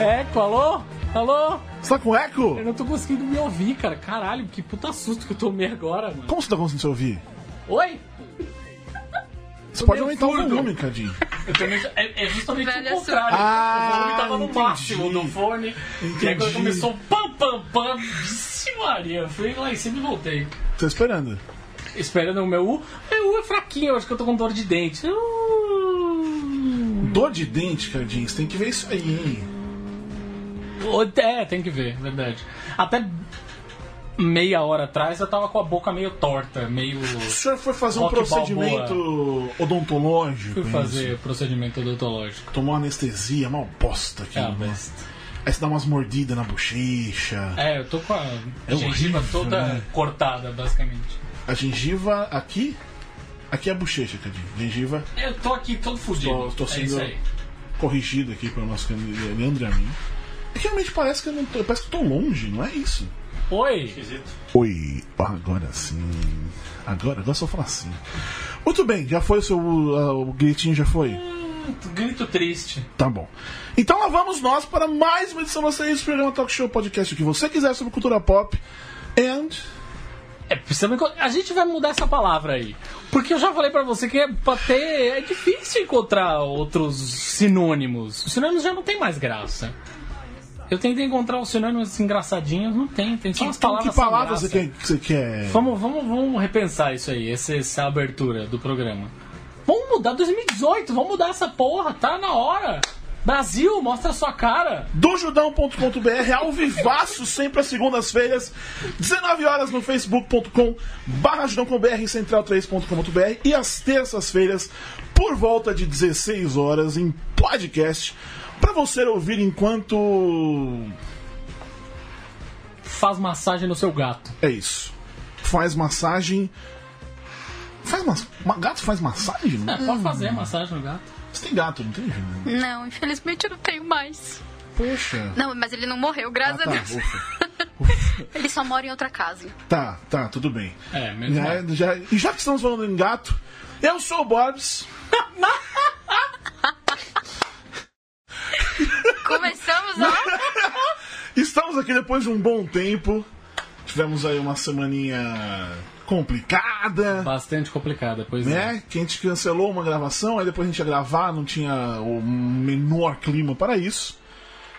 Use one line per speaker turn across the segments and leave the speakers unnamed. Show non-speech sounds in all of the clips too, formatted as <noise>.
eco, alô? Alô?
Você tá com eco?
Eu não tô conseguindo me ouvir, cara. Caralho, que puta susto que eu tomei agora, mano.
Como você tá conseguindo se ouvir?
Oi?
Você pode
meio
aumentar o
surdo.
volume, Cadinho.
Eu também, é, é justamente
Velha
o contrário.
Ah,
o volume tava no
entendi.
máximo do fone. E aí
Entendi.
quando começou pam, pam, pam. Vixe Maria, eu fui lá em cima e voltei.
Tô esperando.
Esperando o meu U. Meu U é fraquinho, eu acho que eu tô com dor de dente. Uh.
Dor de dente, Cadinho. Você tem que ver isso aí, hein?
É, tem que ver, verdade. Até meia hora atrás eu tava com a boca meio torta, meio.
O senhor foi fazer um
Rock
procedimento odontológico.
Fui
hein?
fazer procedimento odontológico.
Tomou anestesia, mal bosta aqui.
É,
né?
mas...
Aí você dá umas mordidas na bochecha.
é, eu tô com a
É
gengiva
horrível,
toda
né?
cortada, basicamente.
A gengiva aqui. Aqui é a bochecha, Cadinho. Gengiva
Eu tô aqui todo fudido.
Tô- tô
é
sendo-
isso aí.
corrigida aqui pelo nosso querido Leandro e a mim. É que realmente parece que eu não tô. Parece que eu tô longe, não é isso?
Oi!
Oi, agora sim. Agora, agora só falar assim. Muito bem, já foi o seu. ah, o gritinho já foi?
Grito triste.
Tá bom. Então lá vamos nós para mais uma edição do nosso querido programa Talk Show Podcast, o que você quiser sobre cultura pop. And.
É, precisamos encon- a gente vai mudar essa palavra aí. Porque eu já falei pra você que é, pra ter, é difícil encontrar outros sinônimos. Os sinônimos já não tem mais graça. Eu tentei encontrar os sinônimos engraçadinhos, não tem. Tem só umas
Então,
palavras
que palavras
sem
você
graça.
quer, que você quer.
Vamos, vamos, vamos repensar isso aí, essa, essa abertura do programa. Vamos mudar 2018, vamos mudar essa porra, tá na hora. Brasil, mostra a sua cara.
dojudão.com.br ao vivaço, sempre às segundas-feiras, 19 horas no facebook.com barra judão.com.br central3.com.br e às terças-feiras, por volta de 16 horas, em podcast, pra você ouvir enquanto...
Faz massagem no seu gato.
É isso. Faz massagem... Faz mas... ma- Gato faz massagem?
É,
Não?
pode fazer massagem no gato.
Você tem gato, não tem? Juliana?
Não, infelizmente eu não tenho mais.
Poxa...
Não, mas ele não morreu,
Ah,
graças
tá,
a Deus.
ufa.
Ele só mora em outra casa.
tá, tá, tudo bem.
É, menos
Já,
mal.
já- e já que estamos falando em gato, eu sou o Borbs.
Começamos a...
Estamos aqui depois de um bom tempo. Tivemos aí uma semaninha complicada,
Bastante complicada, pois é.
né? Que a gente cancelou uma gravação, aí depois a gente ia gravar, não tinha o menor clima para isso.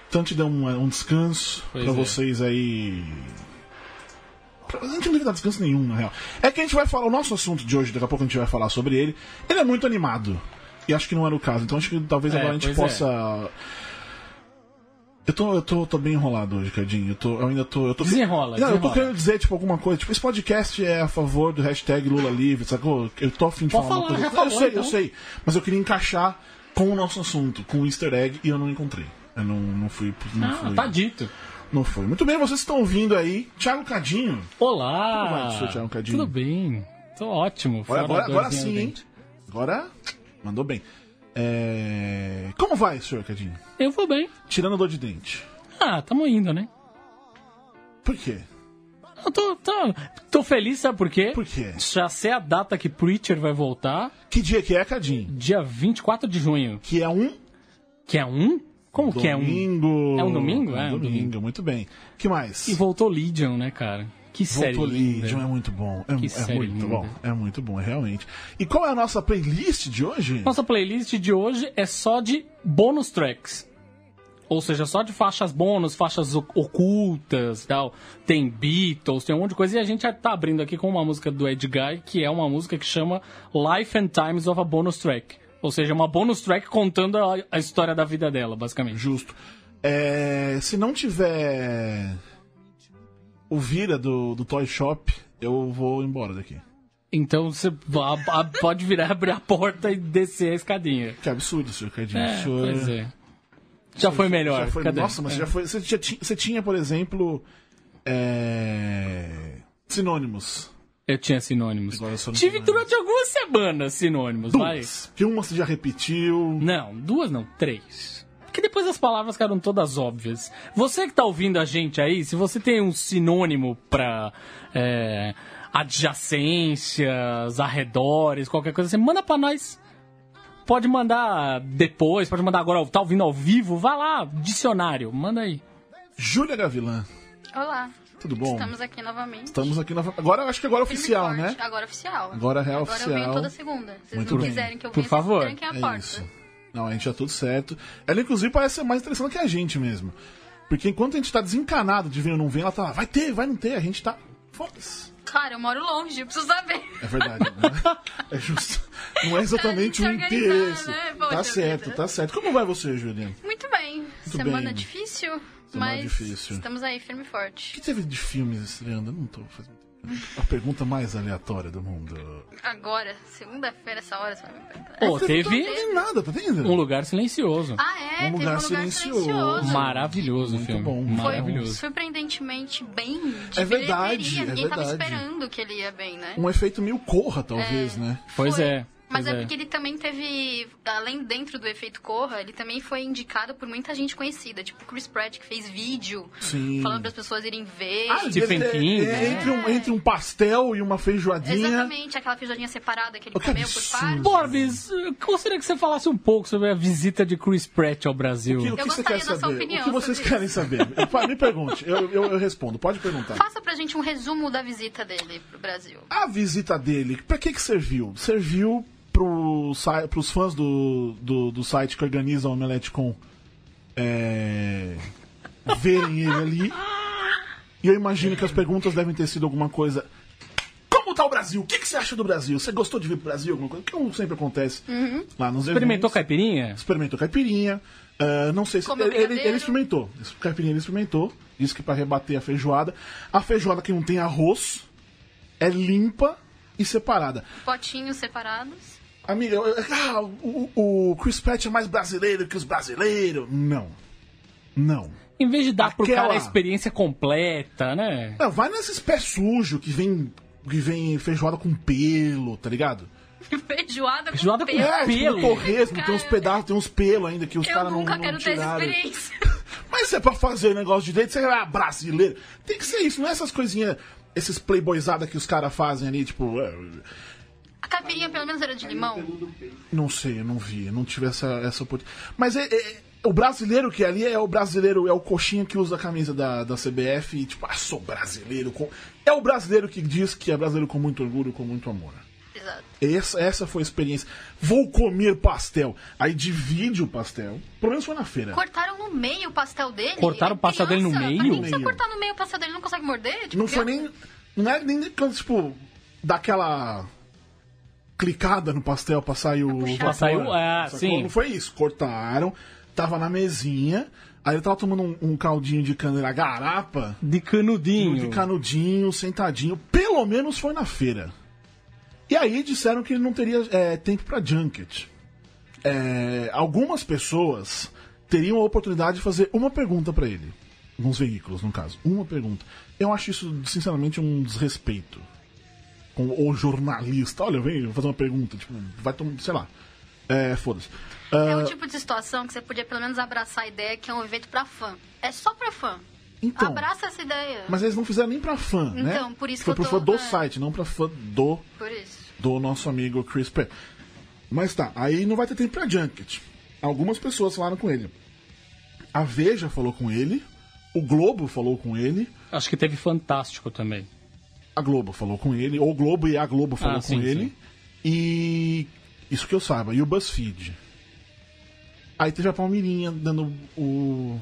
Então te deu um, um descanso
Pois
para
é.
vocês aí. Pra- A gente não deve dar descanso nenhum, na real. É que a gente vai falar, o nosso assunto de hoje, daqui a pouco a gente vai falar sobre ele. Ele é muito animado. E acho que não era o caso. Então acho que talvez
É,
agora a gente
pois é.
possa. Eu tô, eu tô, tô bem enrolado hoje, Cadinho. Eu, tô, eu ainda tô. Eu tô
Desenrola,
Não, eu tô
desenrola.
querendo dizer, tipo, alguma coisa. Tipo, esse podcast é a favor do hashtag Lula Livre, sacou? Eu tô afim de
Pode
falar uma
falar,
coisa.
já falou,
eu sei, eu
então.
sei. Mas eu queria encaixar com o nosso assunto, com o easter egg, e eu não encontrei. Eu não, não fui. Não,
Ah,
fui
tá dito.
não foi. Muito bem, vocês estão ouvindo aí. Thiago Cadinho.
Olá!
Tudo bem, deixa eu tirar um cadinho.
Tudo bem. Tô ótimo.
Olha,
Fora
agora,
a
agora
dorzinha
sim,
no
hein?
dente.
Agora. Mandou bem. É, Como vai, senhor Cadinho?
Eu vou bem.
Tirando a dor de dente.
Ah, tamo indo, né?
Por quê?
Eu tô, tô, tô feliz, sabe por quê?
Por quê?
Já sei a data que Preacher vai voltar.
Que dia que é, Cadinho?
Dia 24 de junho.
Que é um
Que é um? Como que é um?
domingo.
É um domingo? É, um
domingo.
domingo.
Muito bem. que mais?
E voltou Legion, né, cara? Que série.
Voltou
linda.
Legion, é muito bom. É, é
série
muito
linda.
bom. É muito bom, é realmente. E qual é a nossa playlist de hoje?
Nossa playlist de hoje é só de bônus tracks. Ou seja, só de faixas bônus, faixas o- ocultas tal. Tem Beatles, tem um monte de coisa. E a gente já tá abrindo aqui com uma música do Ed Guy, que é uma música que chama Life and Times of a Bonus Track. Ou seja, uma bonus track contando a, a história da vida dela, basicamente.
Justo. É, se não tiver o Vira do, do Toy Shop, eu vou embora daqui.
Então você a- a- pode virar, abrir a porta e descer a escadinha.
Que absurdo, senhor Cadinho.
É,
senhor...
pois é. Já foi melhor.
Já foi-
Cadê?
Nossa, mas
É.
já foi. Você, já tinha, você tinha, por exemplo. é, Sinônimos.
Eu tinha sinônimos.
Agora eu só não
Tive
tenho
durante algumas semanas sinônimos, mas.
Duas. Que uma você já repetiu.
Não, duas não, três. Porque depois as palavras ficaram todas óbvias. Você que tá ouvindo a gente aí, se você tem um sinônimo pra é, adjacências, arredores, qualquer coisa, você manda pra assim, nós. pode mandar depois, pode mandar agora, tá ouvindo ao vivo, vai lá, dicionário, manda aí.
Júlia Gavilã,
Olá.
tudo bom?
Estamos aqui novamente.
Estamos aqui na. Agora, acho que agora é
Firme e
oficial,
forte.
né?
Agora é oficial.
Agora é real
Agora eu
oficial.
venho toda segunda. Se vocês
Muito
não
bem.
quiserem que eu
Por
venha,
favor.
vocês tranquem a porta.
É isso. Não, a gente é tudo certo. Ela, inclusive, parece ser mais interessante que a gente mesmo. Porque enquanto a gente tá desencanado de vir ou não vir, ela tá lá, vai ter, vai não ter, a gente tá. Foda-se.
Cara, eu moro longe, eu preciso saber.
É verdade, né?
<laughs>
É justo. Não é exatamente
Pra
um
gente se organizar,
interesse.
né? Poxa
Tá certo,
vida.
tá certo. Como vai você, Juliana?
Muito bem. Semana
bem.
difícil,
Semana
mas
difícil.
estamos aí, firme e
O que
forte.
teve de filmes estreando? Eu não tô fazendo. A pergunta mais aleatória do mundo.
Agora, segunda-feira, essa hora, você vai me perguntar.
É,
Pô, teve
Não tem nada, tá vendo?
um lugar silencioso.
Ah, é?
Um
teve
Lugar
um lugar
Silencioso.
silencioso.
Maravilhoso o filme.
bom.
Foi um
Maravilhoso.
surpreendentemente bem. De
É verdade,
bilheteria.
é
Ninguém tava
verdade.
esperando que ele ia bem, né?
Um efeito meio corra, talvez, né?
Pois
Foi.
é.
Mas
pois
é porque ele também teve, além dentro do efeito Corra, ele também foi indicado por muita gente conhecida, tipo Chris Pratt, que fez vídeo
Sim.
falando para as pessoas irem ver.
Stephen
é-
King,
é
Ah, né?
entre, um, entre um pastel e uma feijoadinha.
Exatamente, aquela feijoadinha separada que ele
Oh, que
comeu por
absurdo.
partes.
Borbis, eu gostaria que você falasse um pouco sobre a visita de Chris Pratt ao Brasil.
Que- o que
Eu
você quer
gostaria da sua
saber?
opinião
o que vocês
sobre
querem saber? Eu- Me pergunte, eu, eu, eu respondo. Pode perguntar.
Faça pra gente um resumo da visita dele pro Brasil.
A visita dele, pra que que serviu? Serviu pro, si- pros fãs do, do, do site que organiza o Omelete Com é, verem ele ali. E eu imagino que as perguntas devem ter sido alguma coisa. Como tá o Brasil? O que, que você acha do Brasil? Você gostou de vir pro Brasil? Alguma coisa? Que não sempre acontece
Uhum.
lá nos
Experimentou
eventos.
caipirinha?
experimentou caipirinha. ah, não sei se.
Comeu
Ele, ele-
brigadeiro.
ele experimentou. Esse Caipirinha ele experimentou. Disse que pra rebater a feijoada. A feijoada que não tem arroz é limpa e separada.
Potinhos separados. <laughs>
Amiga, eu- eu- ah, o, o Chris Pratt é mais brasileiro que os brasileiros. Não. Não.
Em vez de dar pro
Aquela-
cara a experiência completa, né?
Não, vai nesses pés sujos que vem, que vem feijoada com pelo, tá ligado?
Feijoada com
Feijoada com
pelo.
É, tipo,
Pelo?
no torresmo, tem uns
Cara,
pedaços, tem uns pelos ainda que os
Eu
caras não,
nunca
não
quero ter essa
tiraram.
experiência.
Mas se é pra fazer negócio de direito, você é brasileiro. Tem que ser isso, não é essas coisinhas, esses playboyzada que os caras fazem ali, tipo. é,
A caipirinha pelo menos era de limão.
Não sei, eu não vi, eu não tive essa, essa oportunidade. Mas é, é- é- o brasileiro que é ali é o brasileiro, é o coxinha que usa a camisa da, da CBF e tipo, ah, sou brasileiro. com- É o brasileiro que diz que é brasileiro com muito orgulho, com muito amor.
Exato.
Essa, essa foi a experiência. Vou comer pastel. Aí divide o pastel. Pelo menos foi na feira.
Cortaram no meio o pastel dele?
Tá. Cortaram o pastel dele no
Criança,
meio?
Pra que precisa
Meio.
cortar no meio o pastel dele? Não consegue morder? Tipo,
Não foi
criança?
nem. Não é nem quando, tipo, dá aquela clicada no pastel pra sair o.
puxada.
vapor,
Pra sair o- é,
sacou?
sim.
Não foi isso. Cortaram, tava na mesinha, aí ele tava tomando um, um caldinho de cana garapa,
De canudinho.
de canudinho, sentadinho. Pelo menos foi na feira. E aí disseram que ele não teria é, tempo pra junket. É, algumas pessoas teriam a oportunidade de fazer uma pergunta pra ele. Alguns veículos, no caso. Uma pergunta. Eu acho isso, sinceramente, um desrespeito. Com o jornalista. Olha, vem fazer uma pergunta. Tipo, vai tomar. Sei lá. É, foda-se.
É
Ah.
o tipo de situação que você podia pelo menos abraçar a ideia que é um evento pra fã. É só pra fã.
Então.
Abraça essa ideia.
Mas eles não fizeram nem pra fã, né?
Então, por isso
Foi
que eu
pro
tô-
fã do
é.
site, não pra fã do
Por isso.
do nosso amigo Chris Pratt. Mas tá, aí não vai ter tempo pra Junket. Algumas pessoas falaram com ele. A Veja falou com ele, o Globo falou com ele,
Acho que teve Fantástico também.
a Globo falou com ele, ou o Globo e a Globo falou
Ah,
com
sim,
ele.
sim.
E isso que eu saiba, e o BuzzFeed. Aí teve a Palmeirinha dando o,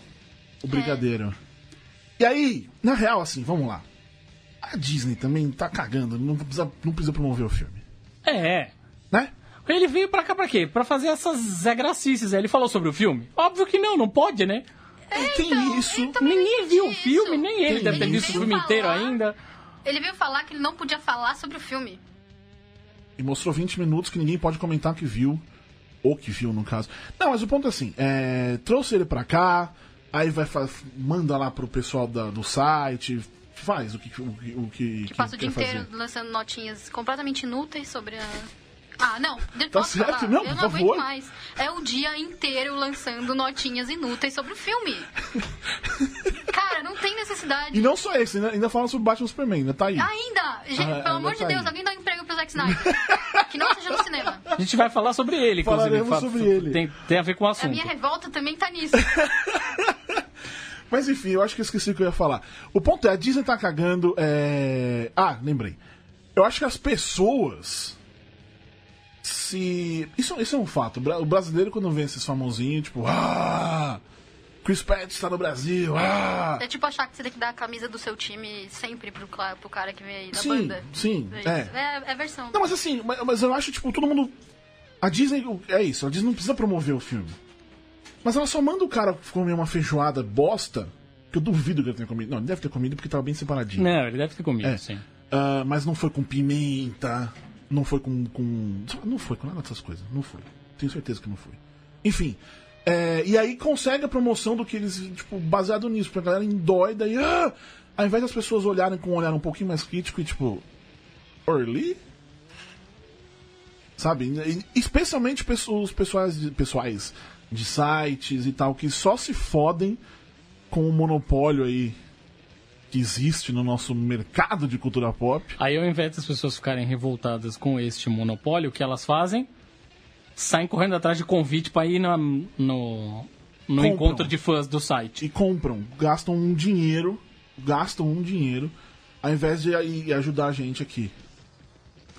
É.
o brigadeiro. E aí, na real, assim, vamos lá. A Disney também tá cagando, não precisa, não precisa promover o filme,
É.
né?
Ele veio pra cá pra quê? Pra fazer essas gracices. Ele falou sobre o filme? Óbvio que não, não pode, né?
e tem isso.
então- Também
Ninguém
não
viu o
entendi
filme,
isso.
nem ele,
Ele
deve ter
veio
visto o filme
falar.
inteiro ainda.
Ele veio falar que ele não podia falar sobre o filme.
e mostrou 20 minutos que ninguém pode comentar que viu. Ou que viu, no caso. Não, mas o ponto é assim: é, trouxe ele pra cá, aí vai fa- manda lá pro pessoal da- do site, faz o que. O, que- o que,
Que passa o
quer
dia inteiro
fazer.
lançando notinhas completamente inúteis sobre a. Ah, não. De-
Tá
posso
certo,
falar?
não,
Eu
por
não aguento
favor.
mais. É o dia inteiro lançando notinhas inúteis sobre
<laughs>
o filme. Cara, não tem necessidade.
E não só esse, né? ainda, ainda fala sobre Batman e Superman, ainda tá aí.
Ainda! Gente,
Ah,
pelo amor
ainda tá
de Deus,
aí. <laughs>
alguém dá um emprego pro Zack Snyder. que não seja no cinema.
A gente vai falar sobre ele, inclusive.
Falaremos sobre ele.
Tem, tem a ver com o
A
assunto.
minha revolta também tá nisso.
Mas enfim, eu acho que eu esqueci o que eu ia falar. O ponto é, a Disney tá cagando. É... Ah, lembrei. Eu acho que as pessoas. Se. Isso, isso é um fato. O bra- O brasileiro, quando vê esses famosinhos, tipo, ah! Chris Pratt está no Brasil, ah!
É tipo achar que você tem que dar a camisa do seu time sempre pro, cla- pro cara que vem aí da
Sim,
banda.
sim,
É, isso.
é.
é, é versão.
Não, mas assim, ma- mas eu acho, tipo, todo mundo. A Disney. É isso, a Disney não precisa promover o filme. Mas ela só manda o cara comer uma feijoada bosta, que eu duvido que ele tenha comido. Não, ele deve ter comido porque tava bem separadinho.
Não, ele deve ter comido,
É.
sim.
Ah, mas não foi com pimenta, não foi com, com. Não foi com nada dessas coisas, não foi. Tenho certeza que não foi. Enfim. é, e aí consegue a promoção do que eles, tipo, baseado nisso, pra galera endóida e. Ah! Ao invés das pessoas olharem com um olhar um pouquinho mais crítico e tipo. Early? Sabe? E- Especialmente pesso- os pessoais de, pessoais de sites e tal, que só se fodem com o monopólio aí que existe no nosso mercado de cultura pop.
Aí ao invés das pessoas ficarem revoltadas com este monopólio, o que elas fazem? Saem correndo atrás de convite pra ir na- no, no
Compram.
encontro de fãs do site.
e compram, gastam um dinheiro, gastam um dinheiro, ao invés de aí ajudar a gente aqui.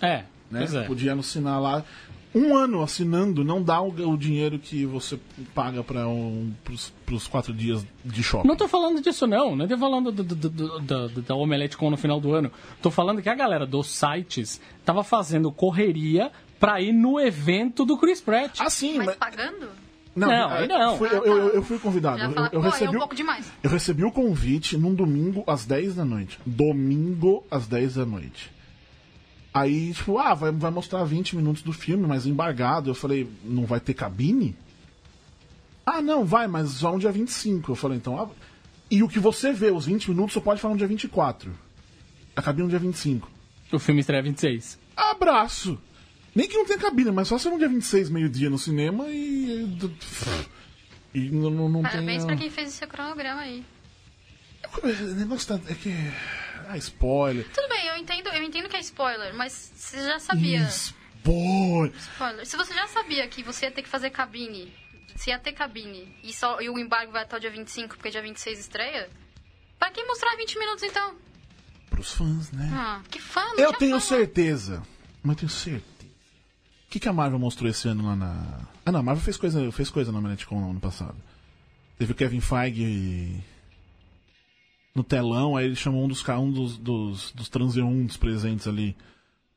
É,
Né?
pois é.
Podia assinar lá. Um ano assinando não dá o, o dinheiro que você paga para um, pros, pros quatro dias de shopping.
Não tô falando disso, não. Não tô falando do, do, do- do- da- do- da Omelete Com no final do ano. Tô falando que a galera dos sites tava fazendo correria pra ir no evento do Chris Pratt.
Ah, sim,
Mas
mas.
pagando?
Não,
é,
aí não.
fui- eu, eu- eu fui convidado.
Já
Ah, Eu,
fala,
eu
pô, é
recebi,
um
o-
pouco demais.
eu recebi o convite num domingo às 10 da noite. Domingo às 10 da noite. Aí, tipo, ah, vai, vai mostrar 20 minutos do filme, mas embargado. Eu falei, não vai ter cabine? Ah, não, vai, mas só no dia 25. Eu falei, então. ah, e o que você vê, os 20 minutos, só pode falar no dia 24. A cabine no dia 25.
O filme estreia 26.
Abraço! Nem que não tenha cabine, mas só se no dia 26, meio-dia no cinema e. E não, não, não
Parabéns
tenha-
pra quem fez esse cronograma aí.
O negócio tá, é que. Ah, spoiler.
Tudo bem, eu entendo, eu entendo que é spoiler, mas você já sabia.
Spoiler.
Spoiler. Se você já sabia que você ia ter que fazer cabine, se ia ter cabine, e, só, e o embargo vai até o dia 25, porque dia 26 estreia, pra que mostrar 20 minutos então?
Pros fãs, né?
Ah, que fã, não
Eu
tinha
tenho
fã.
certeza. Mas eu tenho certeza. O que, que a Marvel mostrou esse ano lá na. Ah, não, a Marvel fez coisa, fez coisa na Maneticon no ano passado. Teve o Kevin Feige no telão, aí ele chamou um dos, ca- um dos, dos, dos transeuntes presentes ali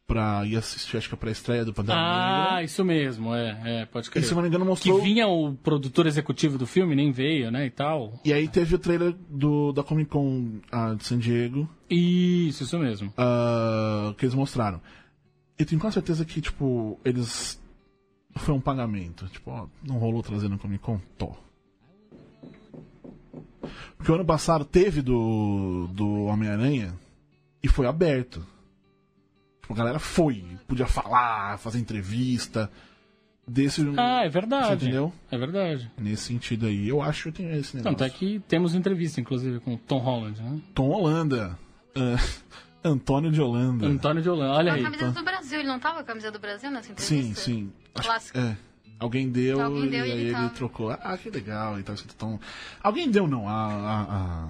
pra ir assistir, acho que a pré-estreia do Pantera
Ah,
Negra.
isso mesmo, é, é, pode
E
crer.
se eu não me engano
Que
mostrou.
vinha o produtor executivo do filme, nem veio, né, e tal.
E aí teve o trailer do, da Comic Con ah, de San Diego.
Isso, isso mesmo.
ah, que eles mostraram. Eu tenho quase certeza que, tipo, eles. Foi um pagamento. Tipo, ó, não rolou trazer no Comic Con? Tô. Porque o ano passado teve do, do Homem-Aranha e foi aberto. Tipo, a galera foi. Podia falar, fazer entrevista. Desse.
Ah, é verdade.
Você entendeu?
É verdade.
Nesse sentido aí. Eu acho que eu tenho esse negócio.
Tanto é que temos entrevista, inclusive, com o Tom Holland, né?
Tom Holanda. Ah, <laughs> Antônio de Holanda.
Antônio de Holanda, olha
Com a
aí.
camiseta do Brasil, ele não tava com a camisa do Brasil nessa
Sim,
entrevista?
sim. Acho-
Clássico.
É. Alguém deu,
Alguém deu
e aí
e então. ele
ele
tava.
trocou. Ah, que legal. E tal, escrito tão... Alguém deu, não. A, a- a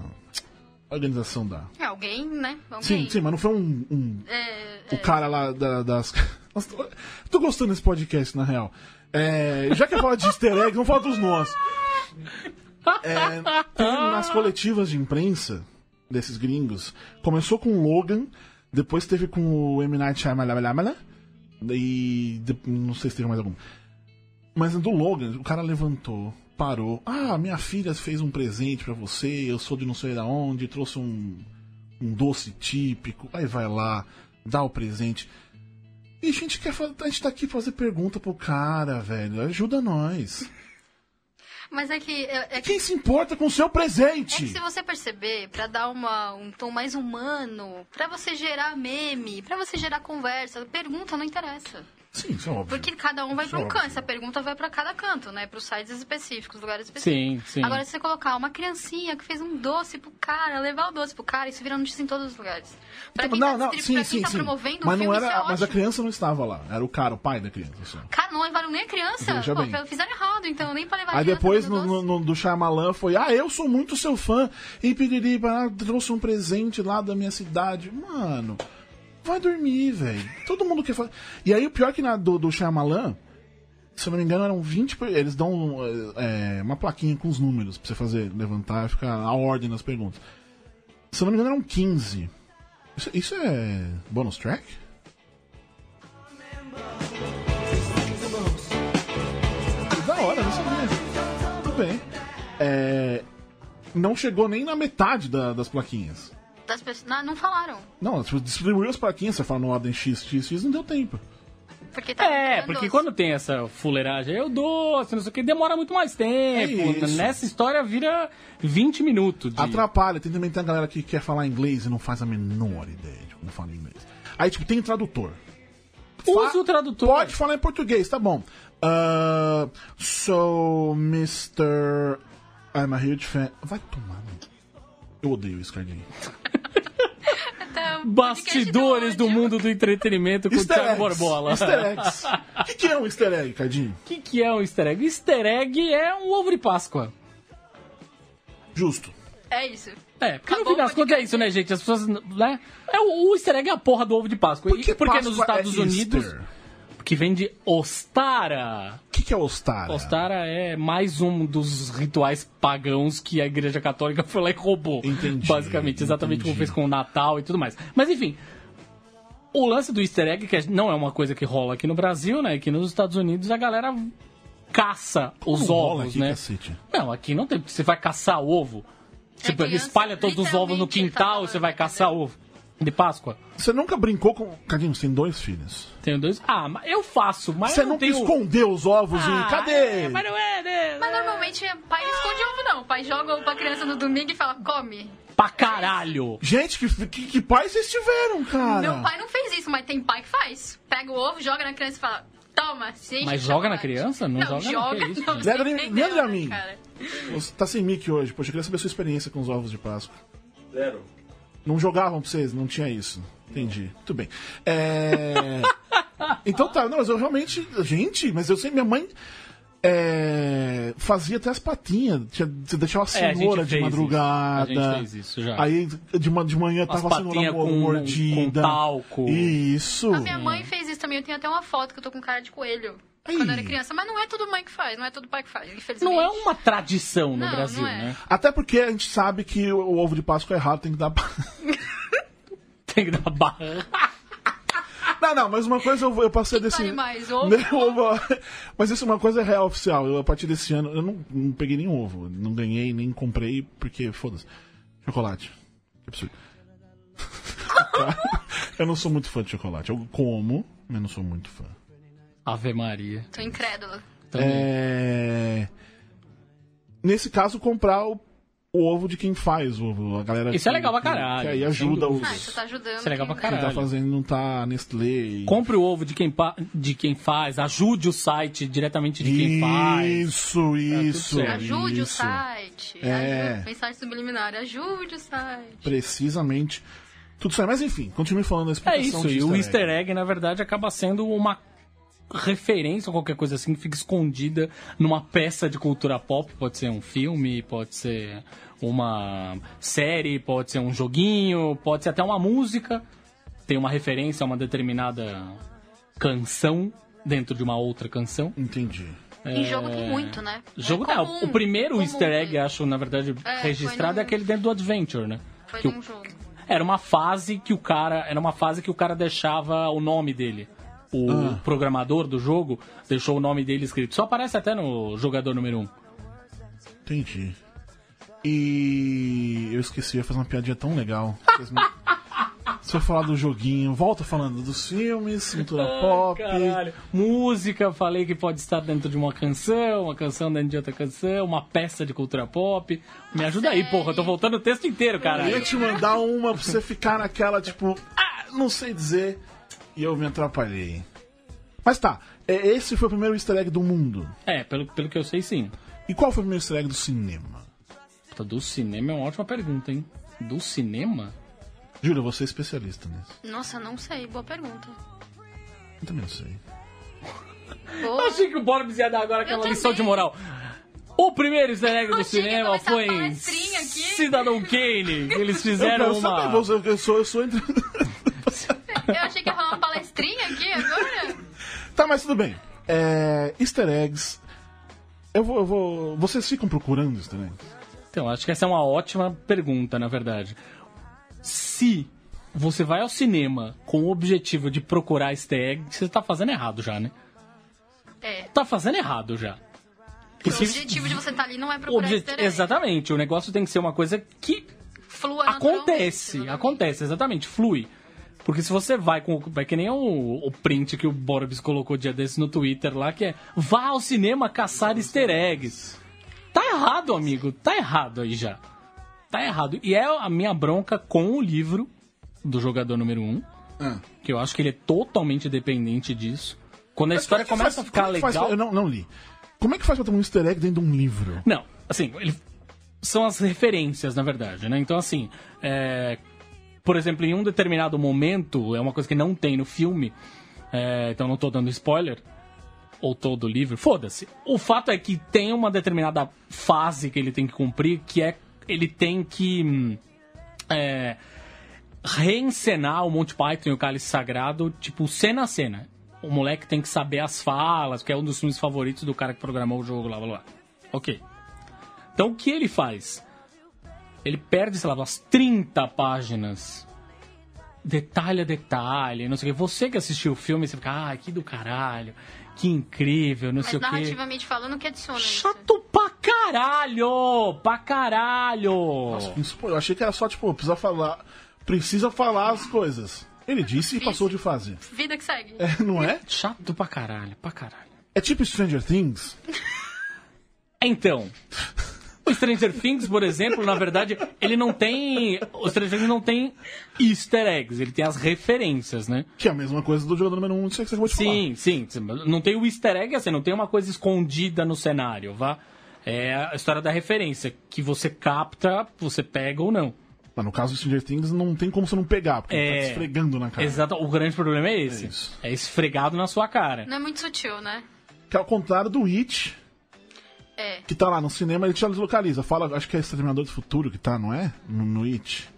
organização da.
É, alguém, né? Alguém.
Sim, sim, mas não foi um. um-
É,
O cara lá da- das. <laughs> Nossa, tô- tô gostando desse podcast, na real. É, já que é falar de easter egg, vamos falar dos nós. É, teve nas coletivas de imprensa desses gringos, começou com o Logan, depois teve com o M. Night Shyamalan, e de- não sei se teve mais algum. Mas do Logan, o cara levantou, parou. Ah, minha filha fez um presente pra você, eu sou de não sei da onde, trouxe um, um doce típico. Aí vai lá, dá o presente. E a gente quer fa- a gente tá aqui pra fazer pergunta pro cara, velho. Ajuda nós.
Mas é que, é, é que
Quem se importa com o seu
É que
presente?
se você perceber, pra dar uma, um tom mais humano, pra você gerar meme, pra você gerar conversa, pergunta não interessa.
Sim, isso é óbvio.
Porque cada um vai para um
Só.
canto, essa pergunta vai para cada canto, né? Para os sites específicos, lugares
Sim,
específicos.
sim.
Agora, se você colocar uma criancinha que fez um doce pro cara, levar o doce pro cara, isso vira notícia em todos os lugares.
Então,
Pra quem tá, distrib- pra quem tá promovendo um
Mas
filme,
não
isso é
era, mas a
ótimo.
criança não estava lá. Era o cara, o pai da criança. só.
Cara, não levaram nem a criança.
Veja
Pô,
bem.
fizeram errado, então nem pra levar a
Aí
criança
depois
pra
no,
fazer doce.
no- no- do Shyamalan foi, ah, eu sou muito seu fã e piriri, ah, trouxe um presente lá da minha cidade. Mano, vai dormir, velho. Todo mundo quer fazer. E aí o pior é que na do, do Shyamalan, se eu não me engano, eram 20. per- Eles dão é, uma plaquinha com os números pra você fazer, levantar e ficar a ordem nas perguntas. Se eu não me engano, eram 15. Isso, isso é bonus track? Da hora, não sabia. Tudo bem. É, não chegou nem na metade da- das plaquinhas.
Das pessoas- Não, não falaram.
Não, tipo, distribuiu as plaquinhas, você fala no ordem X, X, X, não deu tempo.
Porque tá
É,
dando
porque
doce.
quando tem essa fuleiragem, eu doce, não sei o que, demora muito mais tempo.
É isso.
Nessa história vira 20 minutos. De...
Atrapalha, tem também tem a galera que quer falar inglês e não faz a menor ideia de como fala inglês. Aí, tipo, tem tradutor.
Usa
Fa-
o tradutor.
Pode falar em português, tá bom. Ah, so, Mr. I'm a huge fan. Vai tomar, mano. Eu odeio isso, Carlinhos.
Até o
Bastidores
podcast
do
ódio.
mundo do entretenimento com o
Easter
Thiago
eggs.
Borbola.
Easter eggs. O que, que é um easter egg, Cardinho?
O <laughs> que, que é um easter egg? Easter egg é um ovo de Páscoa.
Justo.
É isso.
É, porque no
Acabou
fim das
o podcast.
contas é isso, né, gente? As pessoas. Né? É, o, o easter egg é a porra do ovo de Páscoa.
Por que
E- porque
Páscoa
nos Estados
é
Unidos,
Easter?
que vem de Ostara.
O que, que é Ostara?
Ostara é mais um dos rituais pagãos que a Igreja Católica <laughs> foi lá e roubou.
Entendi,
Basicamente, exatamente como
entendi.
fez com o Natal e tudo mais. Mas enfim, o lance do easter egg, que não é uma coisa que rola aqui no Brasil, né? Que nos Estados Unidos a galera caça os
Não rola
ovos,
aqui, é
né?
cacete.
Não, aqui não tem, porque você vai caçar o ovo. Você
É criança,
espalha todos os ovos no
literalmente, ele tá
quintal e
falando,
você vai
entendeu?
caçar ovo. De Páscoa?
Você nunca brincou com. Cadinho, você tem dois filhos.
Tenho dois. Ah, mas eu faço, mas
você
eu não
nunca
tenho...
escondeu os ovos
Ah,
e. Cadê?
é, mas não é, né?
Mas normalmente é, pai não esconde ovo, não. O pai joga ovo pra criança no domingo e fala, come.
Pra caralho!
Gente, que, que, que pais vocês tiveram, cara?
Meu pai não fez isso, mas tem pai que faz. Pega o ovo, joga na criança e fala, toma, sim.
Mas joga na criança? Não joga, não, que isso,
não,
gente.
você
Lembra de-
entendeu,
lembra de
né,
mim?
cara?
Você tá sem mic hoje, poxa, eu queria saber a sua experiência com os ovos de Páscoa.
Zero.
Não jogavam pra vocês, não tinha isso. Entendi. Muito bem. É... então tá, não, mas eu realmente. Gente, mas eu sei, minha mãe. é, Fazia até as patinhas. Tinha, você deixava
É,
a
a gente
cenoura de
fez isso.
madrugada.
A gente fez isso já.
Aí de, ma- de manhã
As
tava a cenoura
patinhas
mo-
com-
mordida.
com talco.
Isso.
A minha mãe fez isso também. Eu tenho até uma foto que eu tô com cara de coelho.
Ai.
Quando eu era criança. Mas não é todo mãe que faz, não é todo pai que faz, infelizmente.
Não é uma tradição no
Não,
Brasil,
não é.
né? <laughs>
Até porque a gente sabe que o, o ovo de Páscoa é errado, tem que dar. <laughs>
Tem que dar barra.
Não, não, mas uma coisa eu, eu passei
Que
desse.
vale mais, ovo?
Meu ovo- Mas isso é uma coisa real oficial. Eu, a partir desse ano, eu não, não peguei nenhum ovo. Não ganhei, nem comprei, porque foda-se. Chocolate. Que absurdo. <laughs> eu não sou muito fã de chocolate. Eu como, mas não sou muito fã.
Ave Maria.
Tô incrédula.
Também.
É... Nesse caso, comprar o, o ovo de quem faz o ovo. A galera
Isso é
que-
legal pra
que-
caralho,
Que aí
sem
ajuda os.
dúvida.
Ah, isso tá ajudando.
Isso é legal
quem-
pra
Quem tá
caralho.
fazendo não tá Nestlé. e-
Compre o ovo de quem, pa- de quem faz, ajude o site diretamente de quem faz. Tá
Isso, isso.
certo.
Ajude o
isso.
site.
É.
Ajude, mensagem subliminar. Ajude o site.
Precisamente. Tudo certo. Mas enfim, continue falando a
É
explicação
isso, e
de
o
easter
easter egg, na verdade, acaba sendo uma referência ou qualquer coisa assim que fica escondida numa peça de cultura pop, pode ser um filme, pode ser uma série, pode ser um joguinho, pode ser até uma música, tem uma referência a uma determinada canção dentro de uma outra canção.
Entendi.
Em jogo tem muito, né?
Jogo,
é
não,
comum,
É. o primeiro
comum
easter egg,
ter.
acho, na verdade,
É,
registrado
foi num-
é aquele dentro do Adventure, né?
Foi
Que o
num jogo.
era uma fase que o cara. Era uma fase que o cara deixava o nome dele. O programador do jogo deixou o nome dele escrito. Só aparece até no jogador número 1. Um.
Entendi. E eu esqueci, eu ia fazer uma piadinha tão legal. Vocês me-
<laughs>
Se eu falar do joguinho, volta falando dos filmes, cultura pop.
Música, falei que pode estar dentro de uma canção, uma canção dentro de outra canção, uma peça de cultura pop. Me ajuda aí, porra. Eu tô voltando o texto inteiro,
Eu ia
caralho.
te mandar uma pra você ficar naquela, tipo, ah, não sei dizer. E eu me atrapalhei. Mas tá, é, esse foi o primeiro easter egg do mundo.
É, pelo, pelo que eu sei, sim.
E qual foi o primeiro easter egg do cinema?
Puta, Do cinema é uma ótima pergunta, hein? Do cinema?
Júlia, você é especialista nisso.
Nossa, não sei. Boa pergunta.
Eu também não sei.
Eu
Boa.
achei que o Borbs ia dar agora aquela
também.
lição de moral. O primeiro easter egg
Eu
do
achei que ia
cinema
começar a
foi em
palestrinha aqui.
Cidadão Kane. que Eles fizeram
eu,
uma...
sabe, eu, eu sou, eu sou entre... <laughs>
Eu achei que ia rolar uma palestrinha aqui agora.
Tá, mas tudo bem. É, easter eggs. Eu vou, eu vou. Vocês ficam procurando easter eggs?
Então, acho que essa é uma ótima pergunta, na verdade. Se você vai ao cinema com o objetivo de procurar easter egg, você tá fazendo errado já, né?
É.
Tá fazendo errado já.
O objetivo de você estar ali não é
o
procurar
obje-
easter egg.
Exatamente, o negócio tem que ser uma coisa que
Flua naturalmente,
acontece,
Tá exatamente.
acontece, exatamente, flui. Porque se você vai com. o- É que nem o, o print que o Borbs colocou dia desse no Twitter lá, que é vá ao cinema caçar easter eggs. Tá errado, amigo. Tá errado aí já. Tá errado. E é a minha bronca com o livro do jogador número 1, um,
Ah.
que eu acho que ele é totalmente dependente disso. Quando a história
Como é que
começa a
faz-
ficar
como é que faz-
legal.
eu não, não li. Como é que faz pra ter um easter egg dentro de um livro?
Não, assim, ele- são as referências, na verdade, né? Então, assim, é, por exemplo, em um determinado momento, é uma coisa que não tem no filme, é, então não tô dando spoiler, ou tô do livro, foda-se. O fato é que tem uma determinada fase que ele tem que cumprir, que é, ele tem que... hum, é, reencenar o Monty Python e o Cálice Sagrado, tipo, cena a cena. O moleque tem que saber as falas, que é um dos filmes favoritos do cara que programou o jogo, lá, blá, blá. Ok. Então, o que ele faz? Ele perde, sei lá, umas 30 páginas. Detalhe a detalhe, não sei o que. Você que assistiu o filme, você fica, ah, que do caralho, que incrível, não sei
Mas é
o que.
narrativamente falando, o que adiciona isso?
Chato pra caralho! Pra caralho!
Isso, pô, eu achei que era só, tipo, precisa falar. Precisa falar as coisas. Ele disse e passou de fase.
Vida que segue.
É, não é?
Chato pra caralho, pra caralho.
É tipo Stranger Things?
Então, o Stranger Things, por exemplo, na verdade, ele não tem. O Stranger Things não tem easter eggs, ele tem as referências, né?
Que é a mesma coisa do jogador número 1, um, isso é que você acabou de falar.
Sim, sim. sim, mas Não tem o easter egg assim, não tem uma coisa escondida no cenário, vá. É a história da referência, que você capta, você pega ou não.
Mas no caso do Stranger Things, não tem como você não pegar, porque ele tá
É.
te esfregando na cara.
Exato, o grande problema é
É
esse.
isso.
É, esfregado na sua cara.
Não é muito sutil, né?
Que é ao contrário do It,
É.
que tá lá no cinema, ele te deslocaliza. Fala, acho que é Exterminador do Futuro que tá, não é? No, no It.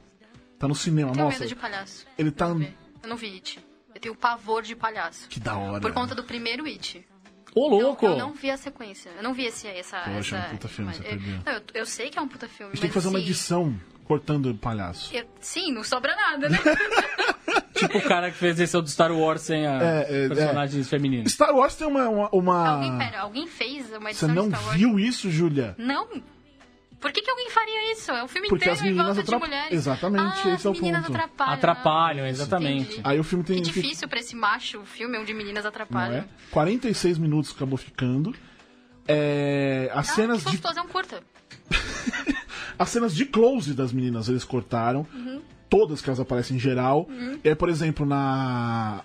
Tá no cinema,
Tenho
nossa.
medo de palhaço.
Ele tá.
Eu não vi It. Eu tenho pavor de palhaço.
Que da hora.
Por conta do primeiro It.
Ô, louco!
Eu, eu não vi a sequência. Eu não vi esse, essa.
Poxa,
essa
é um puta filme,
imagem.
você perdeu.
eu, não, eu, eu sei que é um puta filme.
A gente tem que fazer uma edição cortando o palhaço.
sim, não sobra
<laughs>
nada, né?
<laughs> Tipo o cara que fez esse do Star Wars sem a
É, é,
personagens femininas.
Star Wars tem uma. uma, uma-
Alguém, pera, alguém fez uma
Ah. Você
edição
não
de Star Wars?
viu isso, Julia?
Não. Por que, que alguém faria isso? É um filme
Porque
inteiro
as
em
meninas
volta
atrap-
de mulheres.
Exatamente,
ah,
esse é o
as meninas
ponto.
atrapalham.
Atrapalham,
Ah,
exatamente.
entendi.
Aí o filme tem.
Que
fica-
difícil pra esse macho o filme onde meninas
não é?
atrapalham.
46 minutos acabou ficando. É, as,
Ah,
cenas
que
de,
gostoso, é um curta.
as cenas de close das meninas eles cortaram. Todas que elas aparecem em geral. É, por exemplo, na.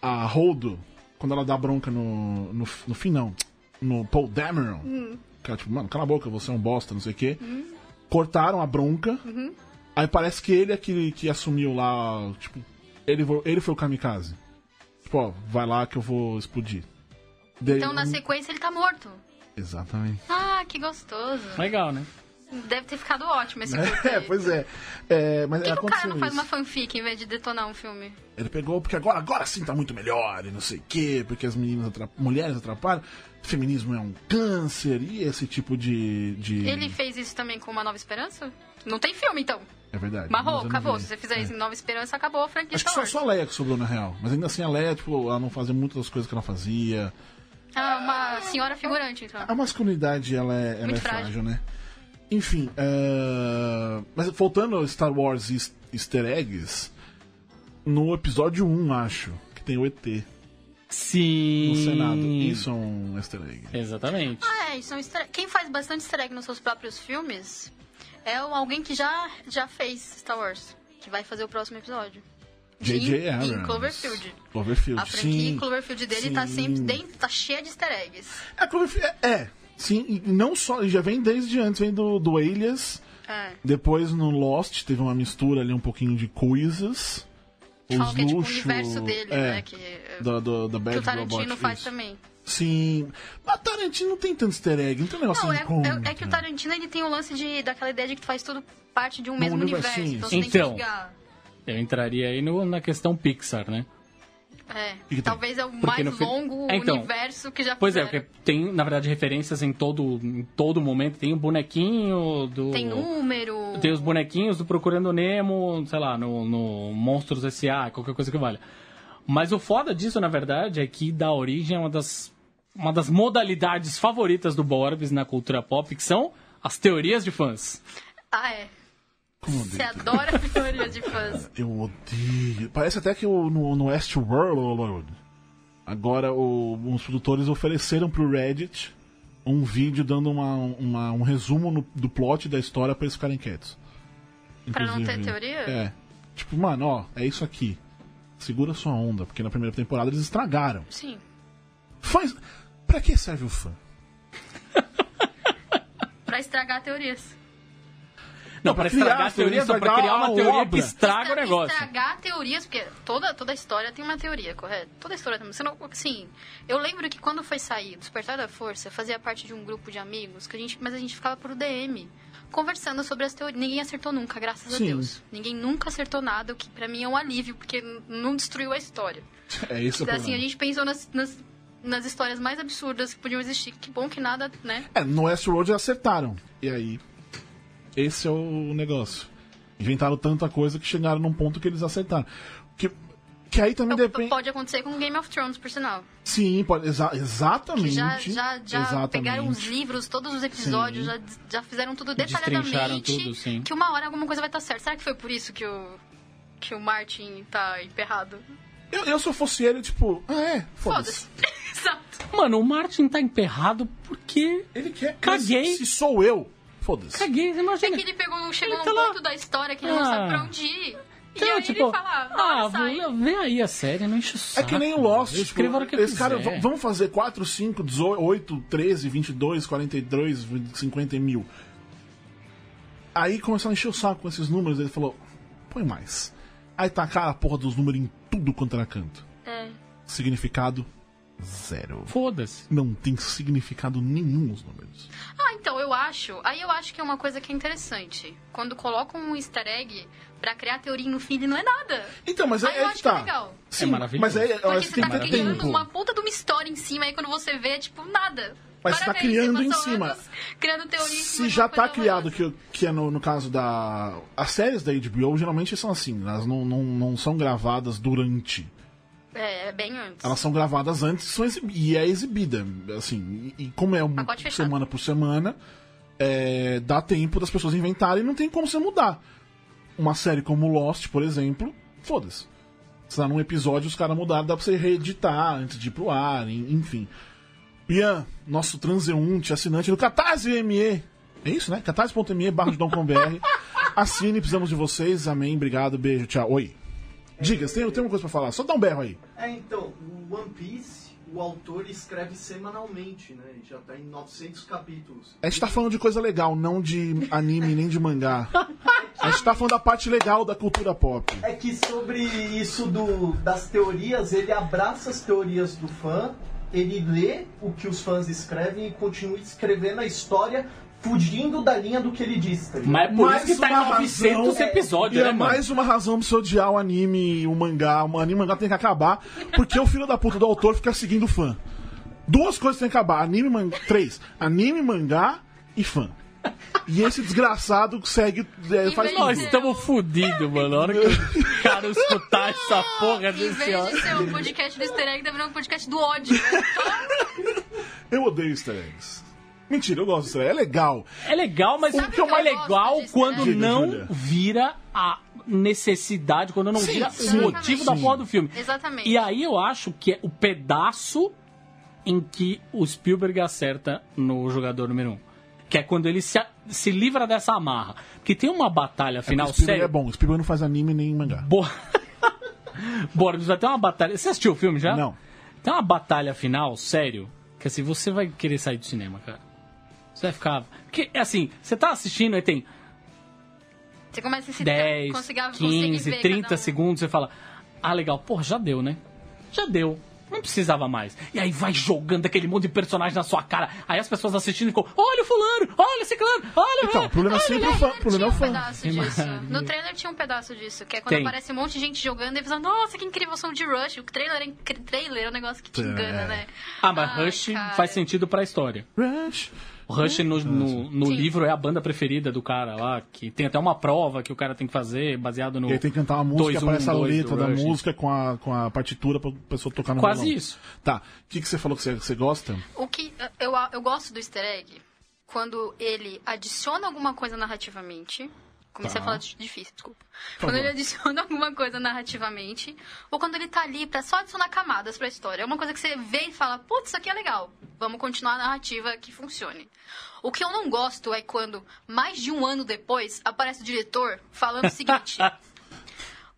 A Holdo, quando ela dá bronca no. No, no fim, não. No Paul Dameron. Que ela, tipo, mano, cala a boca, você é um bosta, não sei o quê. Cortaram a bronca. Aí parece que ele é que, que assumiu lá. Tipo, ele, vo- ele foi o kamikaze. Tipo, ó, vai lá que eu vou explodir. Daí-
Então, na sequência, ele tá morto. <laughs>
Exatamente.
Ah, que gostoso.
Legal, né?
Deve ter ficado ótimo esse curta.
<laughs> É,
aí.
pois é. É, mas
Por que, que o cara
aconteceu
não faz
isso.
uma fanfic em vez de detonar um filme?
Ele pegou, porque agora, agora sim tá muito melhor e não sei o quê, porque as meninas atrap- mulheres atrapalham, feminismo é um câncer e esse tipo de. de...
Ele fez isso também com Uma Nova Esperança? Não tem filme, então.
É verdade. mas eu
Marrou,
não
acabou.
vi.
Se você fizer
É.
isso em Nova Esperança, acabou a franquia
Acho que só,
Star
só
Wars.
a Leia que sobrou na real. Mas ainda assim a Leia, tipo, ela não fazia muitas das coisas que ela fazia.
Ah, uma senhora figurante, então.
A masculinidade, ela é, ela
Muito
é frágil.
frágil,
né? Enfim, é, mas voltando ao Star Wars e easter eggs, no episódio 1, acho, que tem o ET
Sim.
no Senado. Isso é um easter egg.
Exatamente.
Ah, é, isso é um easter egg. Quem faz bastante easter egg nos seus próprios filmes é o- alguém que já, já fez Star Wars, que vai fazer o próximo episódio.
J.J.
em-
Abrams.
em Cloverfield.
Cloverfield,
A franquia
sim.
Cloverfield dele tá
Sim.
sempre dentro, tá cheia de easter eggs.
É, Cloverfield é, é, sim, e não só, ele já vem desde antes, vem do, do Alias,
É.
depois no Lost teve uma mistura ali um pouquinho de coisas, os
Falam que é tipo o
luxo,
universo dele,
é,
né? Que,
da, do, da Bad
que o Tarantino
Robot,
faz
isso.
também.
Sim, mas Tarantino não tem tanto easter egg, não tem um negócio né?
Não, é,
de como,
é- é que o Tarantino ele tem o lance de, daquela ideia de que tu faz tudo parte de um mesmo
universo,
universo.
sim,
Então,
sim.
você tem que
Então.
ligar.
Eu entraria aí no- na questão Pixar, né?
tem?
É, talvez é o
Porque no
mais
fim-
longo
É, então.
universo que já
Pois é,
fizeram.
porque tem, na verdade, referências em todo, em todo momento. Tem o bonequinho do.
Tem um. número.
Tem os bonequinhos do Procurando Nemo, sei lá, no, no Monstros S.A., qualquer coisa que valha. Mas o foda disso, na verdade, é que dá origem a uma das, uma das modalidades favoritas do Borbs na cultura pop, que são as teorias de fãs.
Ah, é.
Como eu
Você
odeio
<laughs>
adora teoria de fãs.
Eu odeio. Parece até que o, no, no Westworld, agora o- os produtores ofereceram pro Reddit um vídeo dando uma, uma- um resumo no- do plot da história pra eles ficarem quietos.
Pra não ter
Inclusive.
teoria?
É. Tipo, mano, ó, é isso aqui. Segura sua onda, porque na primeira temporada eles estragaram.
Sim.
Faz. Pra que serve o fã? <laughs>
Pra estragar teorias.
Não,
pra
pra
criar
estragar
as
a teoria,
teorias,
só pra
estragar
criar
a
uma teoria
obra.
que estraga o
Estragar-
negócio.
Estragar teorias, porque toda, toda história tem uma teoria, correto? Toda história tem uma. Você não- Assim, eu lembro que quando foi sair Despertar da Força, eu fazia parte de um grupo de amigos, que a gente, mas a gente ficava por DM, conversando sobre as teorias. Ninguém acertou nunca, graças
Sim.
a Deus. Ninguém nunca acertou nada, o que pra mim é um alívio, porque n- não destruiu a história.
É isso o
Assim, a
problema.
gente pensou nas, nas, nas histórias mais absurdas que podiam existir. Que bom que nada, né?
É, no Westworld acertaram. E aí, esse é o negócio. Inventaram tanta coisa que chegaram num ponto que eles acertaram. Que, que aí também depende.
Pode acontecer com Game of Thrones, por sinal.
Sim, pode, exa- exatamente.
então que já, já, já
exatamente.
pegaram um- os livros, todos os episódios,
Sim.
já, já fizeram tudo
Destrincharam
detalhadamente.
tudo, sim.
Que uma hora alguma coisa vai estar certa. Será que foi por isso que o, que o Martin tá emperrado? <laughs>
eu, eu, se eu fosse ele, tipo, ah, é, foda-se.
Foda-se. Exato.
Mano, o Martin tá emperrado porque.
Ele quer.
Caguei.
Se sou eu, foda-se.
Caguei, você
É
imagina.
que ele pegou, chegou
Ele tá
num
lá.
ponto da história que ele não
Ah.
sabe pra onde ir. e
Então,
aí ele fala, ah,
ah,
sai.
vê- vê aí a série, não enche o
É
saco.
que nem o Lost.
Eu
Tipo,
escrevo a hora que eu
esse cara,
quiser.
v- vamos fazer 4, 5, 18, 8, 13, 22, 42, 50 e mil. Aí começou a encher o saco com esses números. Ele falou: põe mais. Aí tacar a porra dos números em tudo quanto era canto.
É.
Significado: zero.
Foda-se.
Não tem significado nenhum os números.
Ah, então, eu acho. Aí eu acho que é uma coisa que é interessante. Quando colocam um easter egg pra criar teoria no feed, não é nada.
Então, mas é,
Aí eu
é
acho
que
que é
tá.
legal.
Sim,
É maravilhoso.
Mas aí, eu
Porque
acho que
você
tem
tá
que ter
criando
é tempo.
uma puta de uma história em cima, aí quando você vê, é tipo, nada.
Mas você tá
Parabéns,
criando
passou
em cima.
anos Criando teoria em cima
Se
de
já
é uma
tá
coisa
criado,
horrorosa.
que, que é no, no caso da. As séries da HBO geralmente são assim, elas não, não, não são gravadas durante.
É, é bem antes.
Elas são gravadas antes são exibi- e é exibida. Assim, e, e como é uma
Pacote fechado.
semana por semana, é, dá tempo das pessoas inventarem e não tem como você mudar. Uma série como Lost, por exemplo, foda-se. Se tá num episódio os caras mudaram, dá pra você reeditar antes de ir pro ar, en- enfim. Ian, nosso transeunte, assinante do Catarse ME. É isso, né? catarse.me barra de Dom com
<laughs>
BR. Assine, precisamos de vocês. Amém, obrigado, beijo, tchau. Oi. Diga, você tem, tem uma coisa pra falar? Só dá um berro aí.
É, então, o One Piece, o autor escreve semanalmente, né? E Já tá em 900 capítulos.
A gente tá falando de coisa legal, não de anime nem de mangá. A gente tá falando da parte legal da cultura pop.
É que sobre isso do, das teorias, ele abraça as teorias do fã, ele lê o que os fãs escrevem e continua escrevendo a história fugindo da linha do que ele disse, tá ligado?
Mas é por isso que tá em 900
razão-
episódios,
e
né,
é
mano?
mais uma razão pra você odiar o anime e o mangá. O anime e o mangá tem que acabar, porque o filho da puta do autor fica seguindo o fã. Duas coisas tem que acabar: anime, mangá. Três: anime, mangá e fã. E esse desgraçado que segue. é, faz
vez
Nós
de-
tudo.
estamos fodidos, mano. A hora que o cara escutar essa porra
Em
desse
vez de
ano.
ser um podcast do easter egg, tá virando um podcast do ódio. né?
Eu odeio easter eggs. Mentira, eu gosto de easter egg. É legal.
É legal, mas
Sabe
o que é
o que eu
mais
gosto
legal
disso,
quando
né? Diga,
não
Júlia.
vira a necessidade, quando não
Sim,
vira
sim,
o motivo da
sim.
porra do filme.
Exatamente.
E aí eu acho que é o pedaço em que o Spielberg acerta no jogador número 1. Um, que é quando ele se, se livra dessa amarra. Porque tem uma batalha
É que
final
o Spielberg
séria. <laughs>
é bom. O Spielberg não faz anime nem mangá.
boa. Bora, vai ter uma batalha. Você assistiu o filme já?
Não.
Tem uma batalha final, sério, que assim, você vai querer sair do cinema, cara. Você vai ficar. Porque, assim, você tá assistindo aí tem
Você começa a <laughs> se
10,
conseguir, conseguir
15,
ver
30
cada um.
segundos, você fala, ah, legal, porra, já deu, né? Já deu. Não precisava mais. E aí vai jogando aquele monte de personagem na sua cara. Aí as pessoas assistindo ficam, olha o fulano, olha esse clano, olha...
Então, o problema é
No
sempre o
trailer
fã. O problema é o
tinha um
fã.
pedaço disso.
Maria.
No trailer tinha um pedaço disso, que é quando
Tem.
aparece um monte de gente jogando e eles falam, nossa, que incrível o som de Rush. O trailer é, incri- trailer é um negócio que te engana,
É.
né?
Ah, mas
Ai,
Rush
cara.
faz sentido pra história.
Rush.
O Rush no, no, no
Sim.
livro é a banda preferida do cara lá, que tem até uma prova que o cara tem que fazer, baseado no...
E aí tem que cantar uma música,
2, 1,
aparece a
2 do
letra da
Rush.
música com a, com a partitura pra pessoa tocar no
Quase
violão.
isso.
Tá. O que, que você falou que você, que você gosta?
O que eu, eu gosto do easter egg quando ele adiciona alguma coisa narrativamente. Comecei
Tá.
a falar di- difícil, desculpa.
favor.
Quando ele adiciona alguma coisa narrativamente, ou quando ele tá ali pra só adicionar camadas pra história. É uma coisa que você vê e fala, putz, isso aqui é legal. Vamos continuar a narrativa que funcione. O que eu não gosto é quando, mais de um ano depois, aparece o diretor falando o seguinte.
<laughs>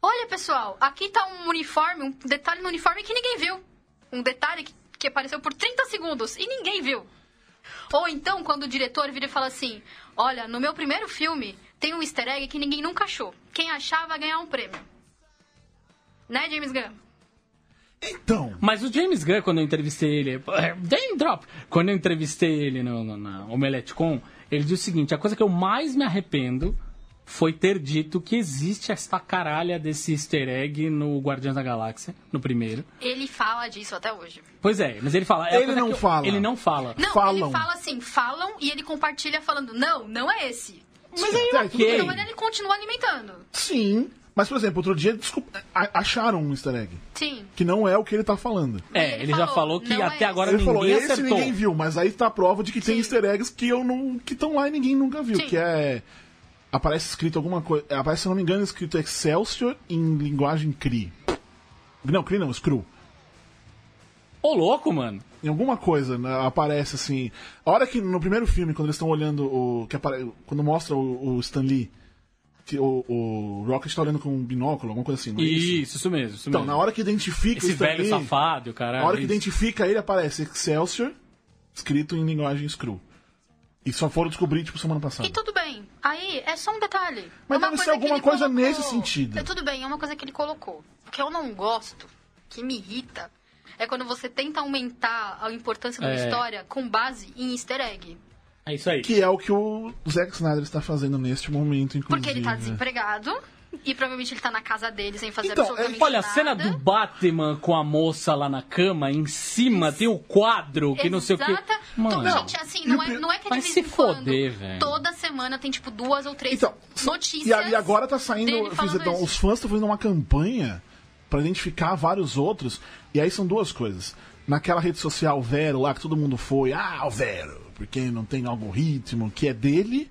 Olha, pessoal, aqui tá um uniforme, um detalhe no uniforme que ninguém viu. Um detalhe que, que apareceu por 30 segundos e ninguém viu. Ou então, quando o diretor vira e fala assim: Olha, no meu primeiro filme tem um easter egg que ninguém nunca achou. Quem achar vai ganhar um prêmio. Né, James Gunn?
Então.
Mas o James Gunn, quando eu entrevistei ele. é, Dame Drop! Quando eu entrevistei ele no, no, na Omelete Com, ele disse o seguinte: a coisa que eu mais me arrependo foi ter dito que existe esta caralha desse easter egg no Guardiões da Galáxia, no primeiro.
Ele fala disso até hoje.
Pois é, mas ele fala. é a
Ele
coisa
não
que eu-
fala.
Ele não fala.
Não,
Falam.
ele fala assim: falam e ele compartilha falando: Não, não é esse.
Mas aí,
ok.
Então ele continua alimentando.
Sim. Mas, por exemplo, outro dia desculpa, a- acharam um easter egg.
Sim.
Que não é o que ele tá falando.
É, ele,
Ele
já
falou,
falou que
não
até
é
agora
Ele
ninguém
falou, esse
acertou.
ninguém viu, mas aí tá a prova de que tem
Sim.
easter eggs que eu não. que estão lá e ninguém nunca viu.
Sim.
Que é. Aparece escrito alguma coisa. Aparece, se eu não me engano, escrito Excelsior em linguagem CRI. Não, CRI não, Screw.
Ô, louco, mano.
Em alguma coisa né, aparece assim. A hora que no primeiro filme, quando eles estão olhando o. Que apare... Quando mostra o, o Stan Lee, que o, o Rocket tá olhando com um binóculo, alguma coisa assim, não é isso?
Isso, isso mesmo. Isso
Então,
mesmo.
na hora que identifica o
Esse
Stan
velho
Lee,
safado, caralho.
a hora que
É, isso.
identifica ele, aparece Excelsior, escrito em linguagem Screw. E só foram descobrir, tipo, semana passada.
E tudo bem. Aí é só um detalhe.
Mas
É uma
deve ser
coisa
alguma
que ele
coisa
colocou.
nesse sentido.
É, tudo bem, é uma coisa que ele colocou. O que eu não gosto, que me irrita, é quando você tenta aumentar a importância de uma
É.
história com base em easter egg.
É isso aí.
Que é o que o Zack Snyder está fazendo neste momento, inclusive.
Porque ele tá
né?
desempregado e provavelmente ele tá na casa dele sem fazer
Então,
absolutamente
é, Olha, a
nada.
cena do Batman com a moça lá na cama, em cima tem o quadro que não sei o que.
Exata. Então,
Mano,
gente, assim, não é, não é que de
Vai
vez
se
em quando,
foder, velho.
toda semana tem, tipo, duas ou três
Então,
notícias
E, a- e agora tá saindo.
dele falando
fiz- então,
isso.
os fãs estão fazendo uma campanha pra identificar vários outros. E aí são duas coisas. Naquela rede social Vero lá que todo mundo foi, ah, o Vero, porque não tem algoritmo que é dele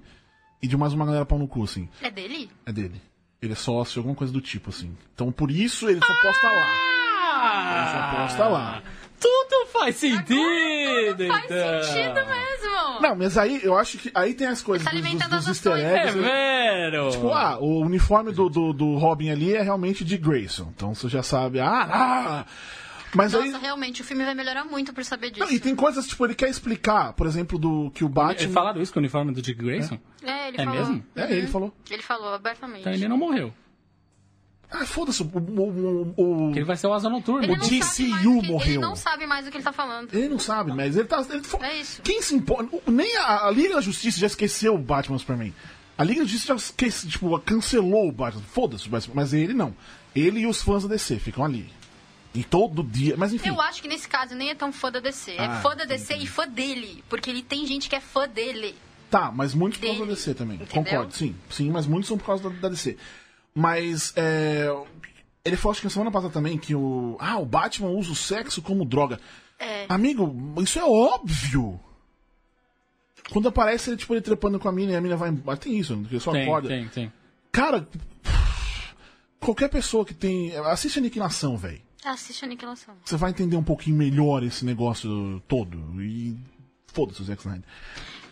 e de mais uma galera pau no cu, assim.
É dele?
É dele. Ele é sócio, alguma coisa do tipo, assim. Então por isso ele só posta lá. Ele só posta lá.
Ah. Tudo faz sentido,
Faz
então.
sentido mesmo.
Não, mas aí eu acho que. Aí tem as coisas
Ele tá
dos,
alimentando
dos, dos
as
easter
ações.
É
eggs. assim.
vero.
Tipo, ah, o uniforme do, do, do Robin ali é realmente de Grayson. Então você já sabe, ah, ah. Mas
Nossa,
aí.
realmente, o filme vai melhorar muito por saber disso.
Não, e tem coisas, tipo, ele quer explicar, por exemplo, do que o
Eles
Batman.
falaram isso com o uniforme do Dick Grayson?
É, ele
É
falou.
mesmo?
É, ele Tá falou.
Ele falou abertamente.
Então ele não morreu.
Ah, foda-se, o, o, o, o-
Ele vai ser o Asa Noturno.
Ele não sabe
DCU
mais o que-
morreu.
Ele não sabe mais o que ele tá falando.
Ele não sabe, mas ele tá. ele fo-
É isso.
Quem se importa? o- Nem a, a Liga da Justiça já esqueceu o Batman Superman. A Liga da Justiça já esquece, tipo, cancelou o Batman. Foda-se o Batman. Mas ele não. Ele e os fãs da DC ficam ali. E todo dia. Mas enfim.
Eu acho que nesse caso nem é tão fã da DC. É
Ah,
fã da DC e fã dele. Porque ele tem gente que é fã dele.
Tá, mas muitos por causa da
Dele,
DC também.
entendeu?
Concordo, sim. Sim, mas muitos são por causa da, da DC. Mas é, ele falou acho que na semana passada também que o. Ah, o Batman usa o sexo como droga.
É.
Amigo, isso é óbvio! Quando aparece ele, tipo, ele trepando com a mina e a mina vai embora. Tem isso, né? que só
Tem,
acorda.
tem, tem.
Cara, qualquer pessoa que tem. Assiste a Aniquilação, velho.
Assiste a Aniquilação.
Você vai entender um pouquinho melhor esse negócio todo. E. Foda-se o Zack Snyder.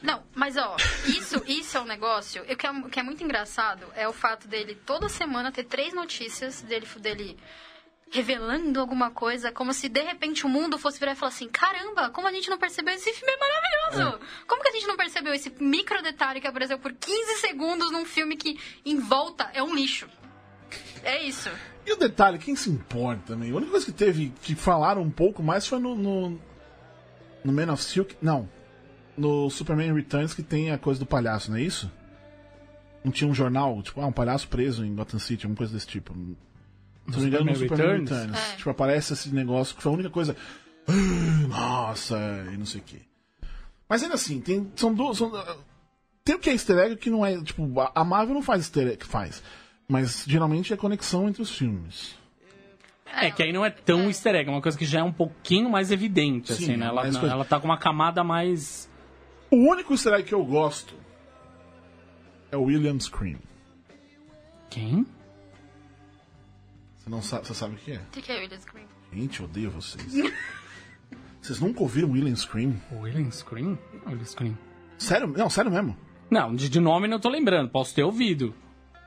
Não, mas ó, isso, isso é um negócio. O que é, o que é muito engraçado é o fato dele toda semana ter três notícias dele, dele revelando alguma coisa, como se de repente o mundo fosse virar e falar assim: caramba, como a gente não percebeu esse filme é maravilhoso! Como que a gente não percebeu esse micro detalhe que apareceu por 15 segundos num filme que em volta é um lixo? É isso.
E o detalhe, quem se importa também? A única coisa que teve, que falaram um pouco mais foi no. No, no Man of Steel. que- Não. No Superman Returns que tem a coisa do palhaço, não é isso? Não tinha um jornal, tipo, ah, um palhaço preso em Gotham City, alguma coisa desse tipo. Se não me engano, no
Superman
Superman
Returns?
Returns.
É.
Tipo, aparece esse negócio que foi a única coisa. "Ah, Nossa, e não sei o quê. Mas ainda assim, tem, são duas. São, ah, tem o que é easter egg e o que não é. Tipo, a- a Marvel não faz easter egg, faz. Mas geralmente é conexão entre os filmes.
É, que aí não é tão easter egg, é uma coisa que já é um pouquinho mais evidente,
Sim, é
assim, né? Ela,
mais coisa.
ela tá com uma camada mais.
O único easter egg que eu gosto é o William Scream.
Quem?
Você não sabe, você sabe o que é?
O que que é William Scream?
Gente, eu odeio vocês. vocês nunca ouviram William Scream?
William Scream? William Scream.
Sério? Não, sério mesmo.
Não, de, de nome não tô lembrando, posso ter ouvido.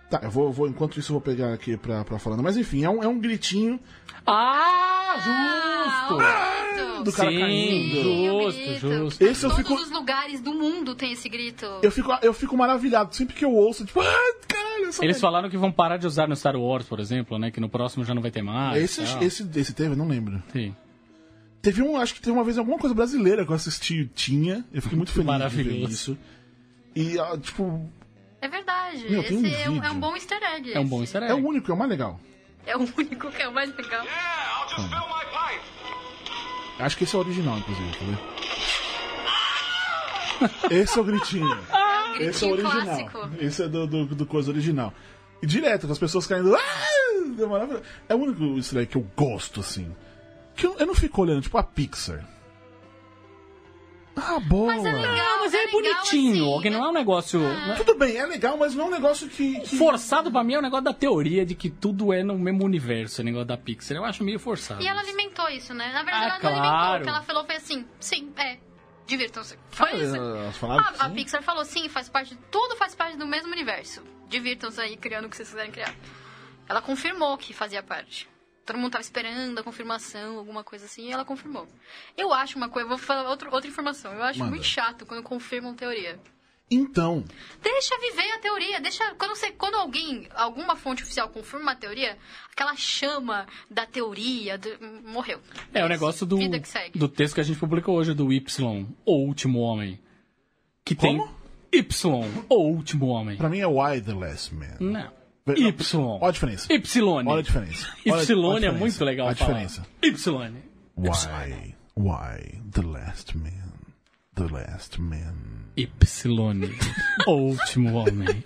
Tá, eu vou, eu vou- enquanto isso eu vou pegar aqui pra, pra falando. Mas enfim, é um, é um gritinho
Ah, justo!
do cara
Sim.
caindo.
Sim, é o
Justo,
grito.
justo.
Esse eu
Todos
fico-
os lugares do mundo tem esse grito.
Eu fico, eu fico maravilhado. Sempre que eu ouço, tipo, ah, caralho, essa
Eles falaram que vão parar de usar no Star Wars, por exemplo, né? Que no próximo já não vai ter mais.
esse,
tal.
esse, esse teve? Eu Não lembro.
Sim.
Teve um, acho que teve uma vez alguma coisa brasileira que eu assisti, tinha. Eu fiquei muito feliz de ver
Maravilhoso.
isso. E, ah, tipo,
É verdade.
Meu,
esse
tem um
é, um, é um
vídeo.
bom easter egg.
É um
esse.
bom easter egg.
é o único, é o mais legal.
É o único que é o mais legal.
Yeah, I'll just fill my pipe.
Acho que esse é o original, inclusive, quer ver? Esse é o gritinho.
É um
Esse é o
gritinho
original.
clássico.
Esse é do, do, do coisa original. E direto, com as pessoas caindo. "Ah!" É maravilhoso. É o único easter egg que eu gosto, assim. Que eu, eu não fico olhando, tipo, a Pixar. Ah, bola!
Mas é legal,
Ah, mas é,
legal,
bonitinho,
assim,
ó, que
né?
não é um negócio.
Tudo bem, é legal, mas não é um negócio que. que-
Forçado pra mim é o negócio da teoria de que tudo é no mesmo universo, o negócio da Pixar. Eu acho meio
Ah,
forçado.
E ela alimentou isso, né? Na verdade,
Ah,
ela não
claro.
alimentou. O que ela falou foi assim, sim, é, divirtam-se. Foi isso.
Elas falaram que
A, a
sim.
Pixar falou, sim, faz parte, tudo faz parte do mesmo universo. Divirtam-se aí, criando o que vocês quiserem criar. Ela confirmou que fazia parte. Todo mundo tava esperando a confirmação, alguma coisa assim, e ela confirmou. Eu acho uma coisa, vou falar outro, outra informação. Eu acho
Manda.
muito chato quando confirmam teoria.
Então,
Deixa viver a teoria, deixa. Quando, você, quando alguém, alguma fonte oficial confirma uma teoria, aquela chama da teoria do- morreu.
É o negócio do,
Vida que segue.
do texto que a gente publicou hoje do Y, O Último Homem. Que
Como?
tem Y, O Último Homem.
pra mim é Why the Last Man.
Não.
Ve-
Y.
Olha a diferença.
Y.
Olha a diferença. Olha a-
Y
olha a
é muito
diferença.
legal
Olha a
falar. É
diferença.
Y.
Why? Why the last man? The last man.
Y. <laughs> o Último Homem.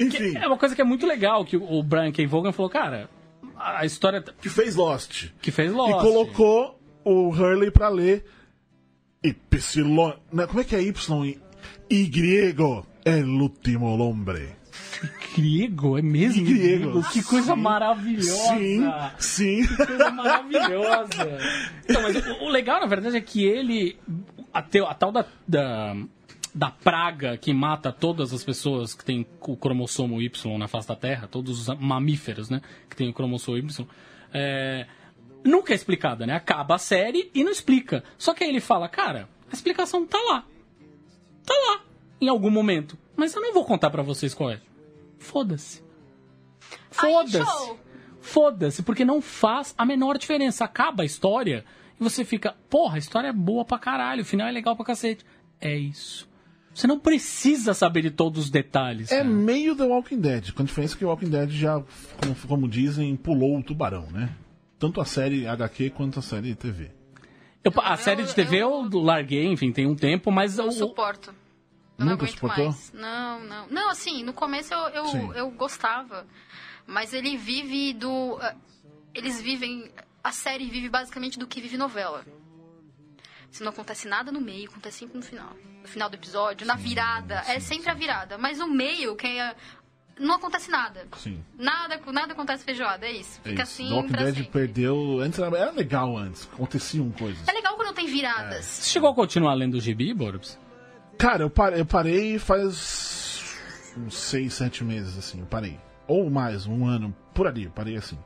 Enfim,
É uma coisa que é muito legal que o Brian K. Vaughan falou, cara, a história
que fez Lost.
que fez
E
Lost.
colocou o Hurley pra ler Ypsilon. Não, Como é que é Y? em- Y grego. El último É hombre.
Grego, é mesmo?
Grego.
Que coisa
Sim.
maravilhosa.
Sim, sim. <laughs>
coisa maravilhosa. Então, mas o, o legal, na verdade, é que ele. A, teo- a tal da, da, da praga que mata todas as pessoas que têm o cromossomo Y na face da Terra, todos os mamíferos, né? Que têm o cromossomo Y. é, nunca é explicada, né? Acaba a série e não explica. Só que aí ele fala, cara, a explicação tá lá. Tá lá, em algum momento. Mas eu não vou contar pra vocês qual é. Foda-se.
Aí,
Foda-se.
show.
Foda-se, porque não faz a menor diferença. Acaba a história e você fica, porra, a história é boa pra caralho, o final é legal pra cacete. É isso. Você não precisa saber de todos os detalhes. né?
É
cara.
meio The Walking Dead, com a diferença que o Walking Dead já, como, como dizem, pulou o tubarão, né? Tanto a série HQ quanto a série TV.
Eu- a série de TV eu, larguei, enfim, tem um tempo, mas
Não
o,
suporto. Então Eu não
Nunca
aguento
suportou?
mais. Não, não. Não, assim, no começo eu,
Sim.
eu, eu gostava. Mas ele vive do. ah, Eles vivem. A série vive basicamente do que vive novela. Se não acontece nada no meio, acontece sempre no final. No final do episódio, na virada. é sempre a virada. Mas no meio, que é. Não acontece nada.
Sim.
Nada, nada acontece feijoada, é isso.
É
Fica
isso.
assim
The Walking
pra
Dead
sempre.
perdeu. Antes era, era legal antes, aconteciam coisas.
É legal quando tem viradas.
É.
Você chegou a continuar lendo o gibi, Borbs?
Cara, eu parei, eu parei faz uns seis, sete meses, assim, eu parei. Ou mais, um ano, por ali, eu parei assim.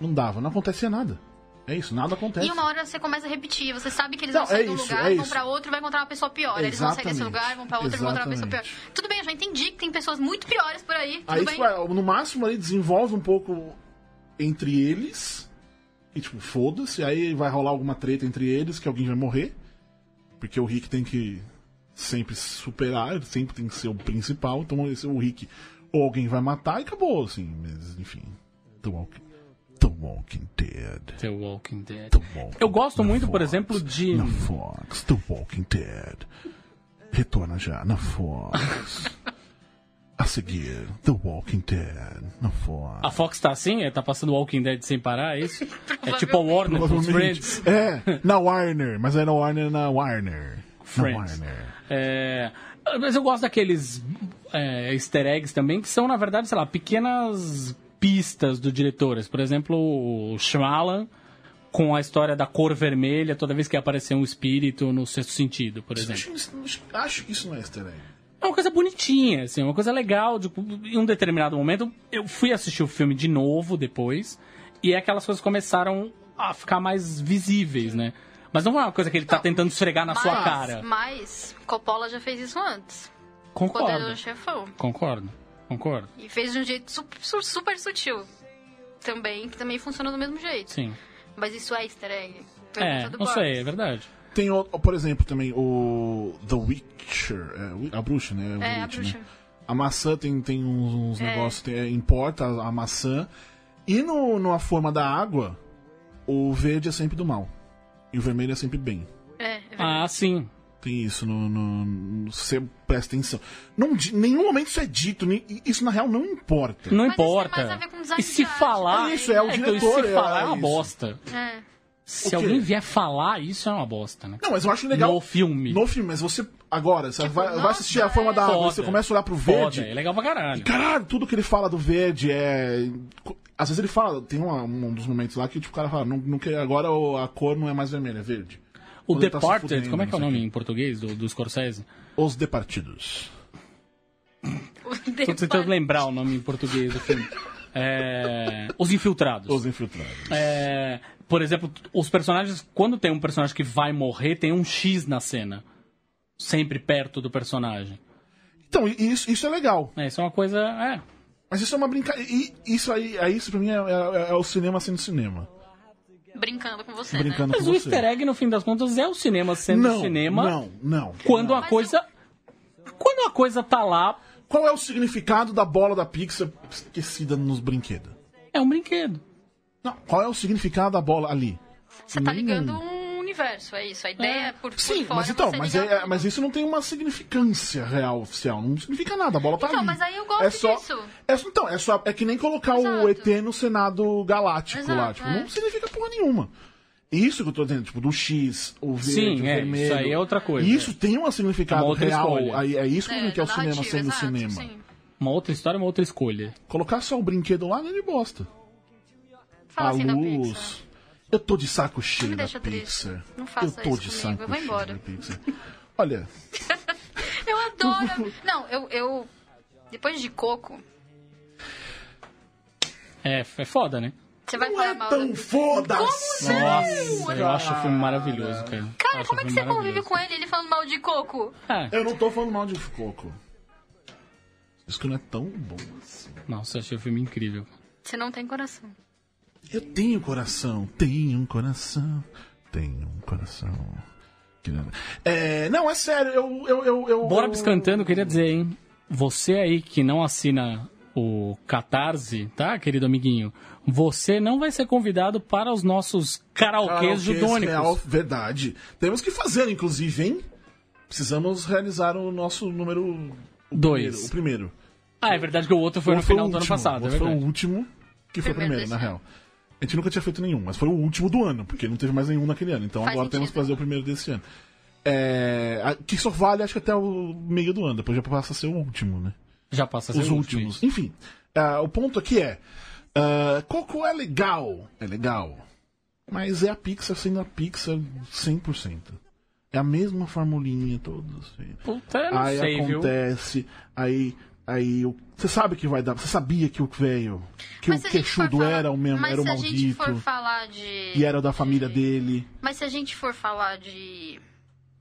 Não dava, não acontecia nada. É isso, nada acontece.
E uma hora você começa a repetir, você sabe que eles
Não,
vão sair
é
de um
isso,
lugar,
é
vão
isso.
pra outro e vai encontrar uma pessoa pior. Aí Eles vão sair desse
Exatamente,
lugar, vão pra outro e vão encontrar uma pessoa pior.
exatamente.
Tudo bem, eu já entendi que tem pessoas muito piores por aí. Tudo
Aí,
bem.
tipo, é, no máximo ali desenvolve um pouco entre eles. E tipo, foda-se, aí vai rolar alguma treta entre eles, que alguém vai morrer. Porque o Rick tem que sempre se superar, ele sempre tem que ser o principal. Então esse, o Rick ou alguém vai matar e acabou, assim. Mas enfim. The Walking, The Walking Dead.
The Walking Dead.
The Walking
Eu gosto
na
muito, por
Fox,
exemplo, de.
Na Fox, The Walking Dead. Retorna já na Fox. A seguir, The Walking Dead na Fox.
A Fox tá assim? É, tá passando Walking Dead sem parar, é <laughs> isso? é tipo a Warner dos Friends.
Provavelmente. É, na Warner, mas era Warner na Warner.
Friends.
Na Warner.
É, mas eu gosto daqueles é, easter eggs também, que são, na verdade, sei lá, pequenas pistas do diretores. Por exemplo, o Shyamalan com a história da cor vermelha toda vez que aparecer um espírito no sexto sentido, por exemplo.
Acho, isso- acho que isso não é easter egg.
É uma coisa bonitinha, assim, uma coisa legal. Tipo, em um determinado momento, eu fui assistir o filme de novo depois, e é aquelas coisas começaram a ficar mais visíveis, né? Mas não é uma coisa que ele tá tentando esfregar na sua
Mas-
cara.
Mas Coppola já fez isso antes.
Concordo.
Poderoso Chefão.
Concordo. Concordo.
E fez de um jeito su- su- super sutil. Também, que também funciona do mesmo jeito.
Sim.
Mas isso é easter egg.
É,
Pergunta do
não
Boris.
sei, é verdade.
Tem, o- por exemplo, também o The Witcher, é, wi- a bruxa, né? O
É, a
Witch,
bruxa.
né? A maçã tem, tem uns,
É.
uns negócios, tem- é, importa a, a maçã. E no, numa forma da água, o verde é sempre do mal. E o vermelho é sempre bem.
É, é verdade.
Ah, sim.
Tem isso no. no, no- você presta atenção. Não, di- nenhum momento isso é dito, nem- isso na real não importa.
Não
Mas isso tem mais a
importa.
ver com design
E se
de arte
falar.
também,
Isso, é o
né?
então, e
diretor,
se
é-
falar é
é
uma
isso.
bosta.
É. <laughs>
Se
quê?
alguém vier falar, isso é uma bosta, né?
Não, mas eu acho legal.
No filme. é
No filme, mas você. Agora, você
Tipo,
vai, vai
nossa,
assistir a forma da
Foda.
água, você começa a olhar pro
Foda,
verde.
é legal pra caralho.
Caralho, tudo que ele fala do verde é. Às vezes ele fala, tem uma- um dos momentos lá que tipo, o cara fala, não, não que agora o- a cor não é mais vermelha, é verde.
O
Quando ele tá se
Departed,
fudendo,
como é que é o
não sei
nome em português do, do
<laughs>
Scorsese?
quê. Os Departidos.
Tô tentando lembrar o nome em português do filme. É, Os Infiltrados.
Os Infiltrados.
É, por exemplo, os personagens, quando tem um personagem que vai morrer, tem um X na cena. Sempre perto do personagem.
Então, e- e isso, isso é legal.
É, isso é uma coisa. É,
Mas isso é uma brincadeira. Isso aí, aí isso pra mim é, é- é o cinema sendo cinema.
Brincando com você, né?
Brincando
Mas
com
o
você.
easter egg, no fim das contas, é o cinema sendo
não,
cinema
Não, não.
quando a
Mas
coisa. Quando a coisa tá lá,
Qual é o significado da bola da Pixar esquecida nos brinquedos?
é um brinquedo.
Não, qual é o significado da bola ali?
né? Você tá
Hum.
ligando um universo, é isso. A ideia é por, por
Sim,
fora
mas então,
você
mas,
ligar
é-
tudo.
mas isso não tem uma significância real oficial. Não significa nada, a bola tá
Então,
ali.
mas aí eu gosto
é só,
disso.
É, só- então, é, só, é que nem colocar o
Exato.
ET no Senado Galáctico lá.
Exato,
Tipo,
é.
Não significa porra nenhuma. Isso que eu tô dizendo, tipo, do X, o verde,
Sim,
o
é,
vermelho.
isso aí é outra coisa.
Isso tem um significado
Uma outra
real.
escolha.
Aí, é isso que é o cinema
narrativa,
sendo
exato,
cinema.
sim.
Uma outra história, uma outra escolha.
Colocar só o brinquedo lá, ele é bosta.
Fala
a
assim da Pixar.
luz. Eu tô de saco
me
cheio da
deixa triste.
Pixar.
Não faça
eu tô
isso
de
comigo,
saco
eu vou
cheio
embora.
da Pixar. Olha, <laughs>
Eu adoro. Não, eu, eu. Depois de coco,
É, é foda, né?
você vai
não
falar
é
mal.
tão
da- assim?
foda-se.
Nossa, eu acho
Ah.
o filme maravilhoso, cara.
Cara,
Acho
como
o
é
filme
que você convive
maravilhoso.
com ele, ele falando mal de coco?
Ah,
Eu não tô falando mal de Coco. Isso que não é tão bom assim.
nossa, eu achei o filme incrível.
Você não tem coração.
Eu tenho um coração, tenho um coração, tenho um coração. Que não- É, não, é sério, eu. eu, eu, eu
Bora
eu-
piscantando, eu queria dizer, hein? Você aí que não assina o Catarse, tá, querido amiguinho? Você não vai ser convidado para os nossos karaokês
Karaokês
judônicos.
é real, verdade. Temos que fazer, inclusive, hein? Precisamos realizar o nosso número. um, O
Dois.
Primeiro, o primeiro.
Ah, é verdade que o outro foi
Ou
no
o
final do ano
último,
passado,
ou
é
foi o
verdade.
último que foi o
Primeiro
primeiro, na
desse
real. A gente nunca tinha feito nenhum, mas foi o último do ano, porque não teve mais nenhum naquele ano. Então
Faz
agora temos que
sentido.
fazer o primeiro desse ano. É, a- que só vale, acho que até o meio do ano, depois já passa a ser o último, né?
Já passa a ser
Os
o último.
últimos. Enfim, ah, o ponto aqui é: ah, Coco é legal, é legal, mas é a Pixar sendo a Pixar 100%. É a mesma formulinha, todos.
Puta, eu não
aí
sei, viu?
acontece, aí, Aí o- você sabe que vai dar. Você sabia que o velho, que
Mas
o
se a gente for
queixudo
falar-
era o mesmo,
mas
era o
se a gente
maldito.
for falar de...
E era da família dele.
Mas se a gente for falar de...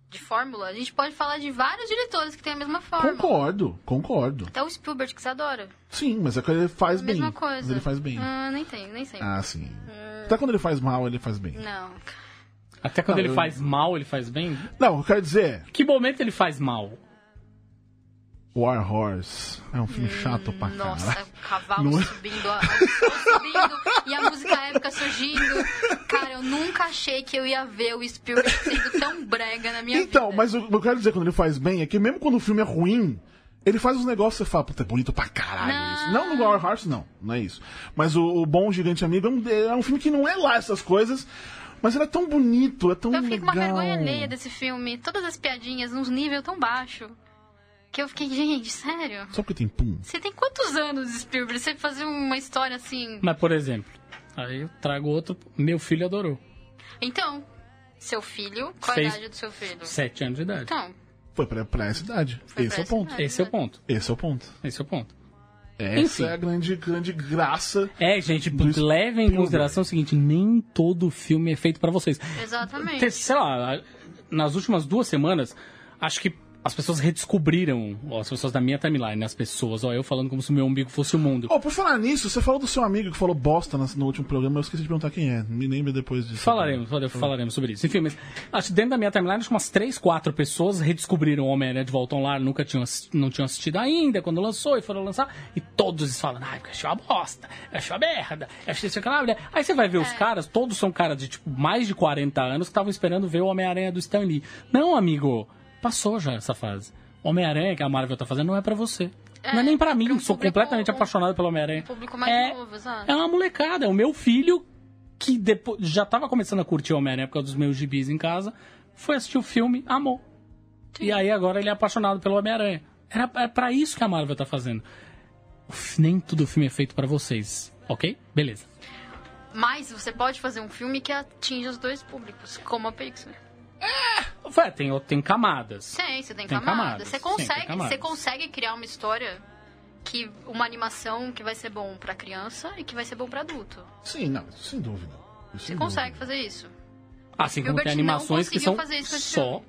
De fórmula, a gente pode falar de vários diretores que têm a mesma fórmula.
Concordo, concordo.
Até o Spielberg, que você adora.
Sim, mas é que ele faz bem.
Mesma coisa.
Mas ele faz bem.
Ah, nem tem, nem sei.
Ah, sim. Até quando ele faz mal, ele faz bem.
Não.
Até quando
Não,
ele
eu-
faz mal, ele faz bem?
Não, o que eu quero dizer,
Que momento ele faz mal?
War Horse é um filme chato pra
Hum, Nossa,
caralho.
o cavalo
Não é?
subindo, a- subindo e a música épica surgindo. Cara, eu nunca achei que eu ia ver o Spielberg sendo tão brega na minha
Então,
vida.
mas o que eu quero dizer quando ele faz bem é que mesmo quando o filme é ruim, ele faz os negócios e você fala, puta, é bonito pra caralho
Não.
isso. Não no War Horse, não, não é isso. Mas o, o Bom Gigante Amigo é um, é um filme que não é lá essas coisas, mas ele é tão bonito, é tão
Eu fiquei com
legal.
uma vergonha alheia desse filme. Todas as piadinhas num nível tão baixo. Que eu fiquei, gente, sério?
Só porque tem pum.
Você tem quantos anos, Spielberg? Você fazer uma história assim.
Mas, por exemplo, aí eu trago outro. Meu filho adorou.
Então, seu filho, qual a
Seis-
idade do seu filho?
Sete anos de idade.
Então,
Foi pra, pra essa idade. Esse
Foi pra
é o
essa
ponto.
idade.
Esse é o ponto.
Esse é o ponto.
Esse é o ponto.
Essa
Enfim.
é a grande, grande graça.
É, gente,
Do
levem em
Spielberg.
consideração o seguinte: nem todo filme é feito pra vocês.
exatamente.
Te- Sei lá, nas últimas duas semanas, acho que as pessoas redescobriram, ó, as pessoas da minha timeline, né, as pessoas, ó, eu falando como se o meu umbigo fosse o mundo.
Oh, por falar nisso, você falou do seu amigo que falou bosta nas- no último programa, eu esqueci de perguntar quem é. Me lembra depois disso.
Falaremos, fala- falaremos sobre isso. Enfim, mas acho que dentro da minha timeline, acho que umas 3, 4 pessoas redescobriram o Homem-Aranha de Volta Online, nunca tinham, assi- não tinham assistido ainda, quando lançou e foram lançar, e todos falam, ai, porque achei uma bosta, achei uma merda, achei isso aqui, lá, né?" Aí você vai ver os caras, todos são caras de tipo mais de 40 anos que estavam esperando ver o Homem-Aranha do Stan Lee. Não, amigo, passou já essa fase. Homem-Aranha que a Marvel tá fazendo não é pra você. não é nem pra mim,
pra um
sou
público-
completamente
um-
apaixonado pelo Homem-Aranha.
um público mais
É-
novo, exato.
É uma molecada, é o meu filho que depois já tava começando a curtir Homem-Aranha por causa dos meus gibis em casa, foi assistir o filme, amou. E aí agora ele é apaixonado pelo Homem-Aranha. Era é pra isso que a Marvel tá fazendo. Uf, Nem tudo filme é feito pra vocês, ok? Beleza.
Mas você pode fazer um filme que atinja os dois públicos, como a Pixar.
Vai, tem, tem camadas.
Tem, você tem,
Tem
camadas.
camadas,
Você
sim, tem
consegue,
camadas.
você consegue criar uma história que uma animação que vai ser bom pra criança e que vai ser bom pra adulto.
Sim, não, isso sem dúvida. Isso
Você
sem
consegue
dúvida.
fazer isso
Assim como
Gilbert
tem
não
animações que são
conseguiu fazer isso com esse
só
filme.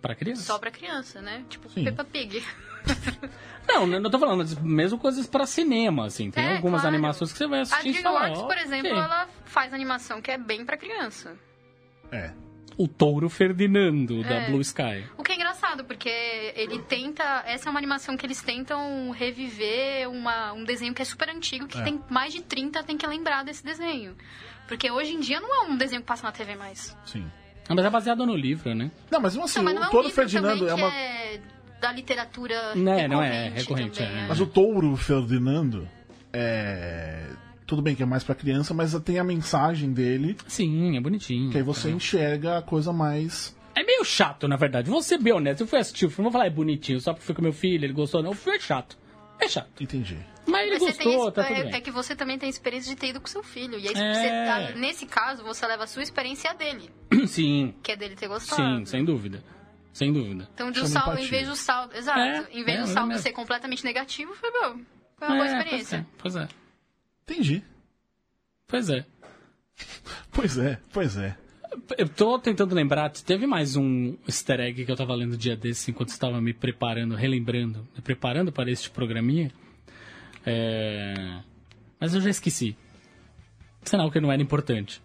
pra criança.
só pra criança, né? Tipo
Sim.
Peppa Pig.
Não, eu não tô falando, mas mesmo coisas pra cinema, assim. Tem
É,
algumas
claro.
animações que você vai
A
assistir e falar,
DreamWorks, por
é, "Ok".
exemplo, ela faz animação que é bem pra criança.
É.
O Touro Ferdinando, da
É.
Blue Sky.
O que é engraçado, porque ele tenta. Essa é uma animação que eles tentam reviver uma, um desenho que é super antigo, que
É.
tem mais de 30, tem que lembrar desse desenho. Porque hoje em dia não é um desenho que passa na TV mais.
Sim.
Ah, mas é baseado no livro, né?
Não, mas assim,
Não, mas não
o
é um
Touro
livro
Ferdinando
também
é uma.
que é da literatura
Não é,
recorrente
não é, recorrente,
também,
é.
né?
Mas o Touro Ferdinando é. Tudo bem que é mais pra criança, mas tem a mensagem dele,
Sim, é bonitinho.
que aí você enxerga a coisa mais.
É meio chato, na verdade. Vou ser bem honesto. Eu fui assistir o filme, eu vou falar, é bonitinho, só porque fui com meu filho, ele gostou. Não, o filme é chato. É chato.
Entendi.
Mas ele
Mas você tem
gostou,
a
tá
exp-
tudo
é,
bem.
é que você também tem a experiência de ter ido com seu filho. E aí,
É.
você tá- nesse caso, você leva a sua experiência e a dele.
<clears throat> Sim,
Que é dele ter gostado.
sim, sem dúvida. Sem dúvida.
Então, de
Chama
um saldo, em
empatia.
vez do saldo. Exato.
É,
em vez
é,
do
é
saldo
mesmo.
ser completamente negativo, foi bom. Foi uma boa
É,
experiência.
Pois é,
Entendi.
pois é. Pois é.
Pois é, pois é.
Eu tô tentando lembrar, teve mais um easter egg que eu tava lendo dia desse enquanto estava me preparando, relembrando, me preparando para este programinha. É, Mas eu já esqueci. Sinal que não era importante.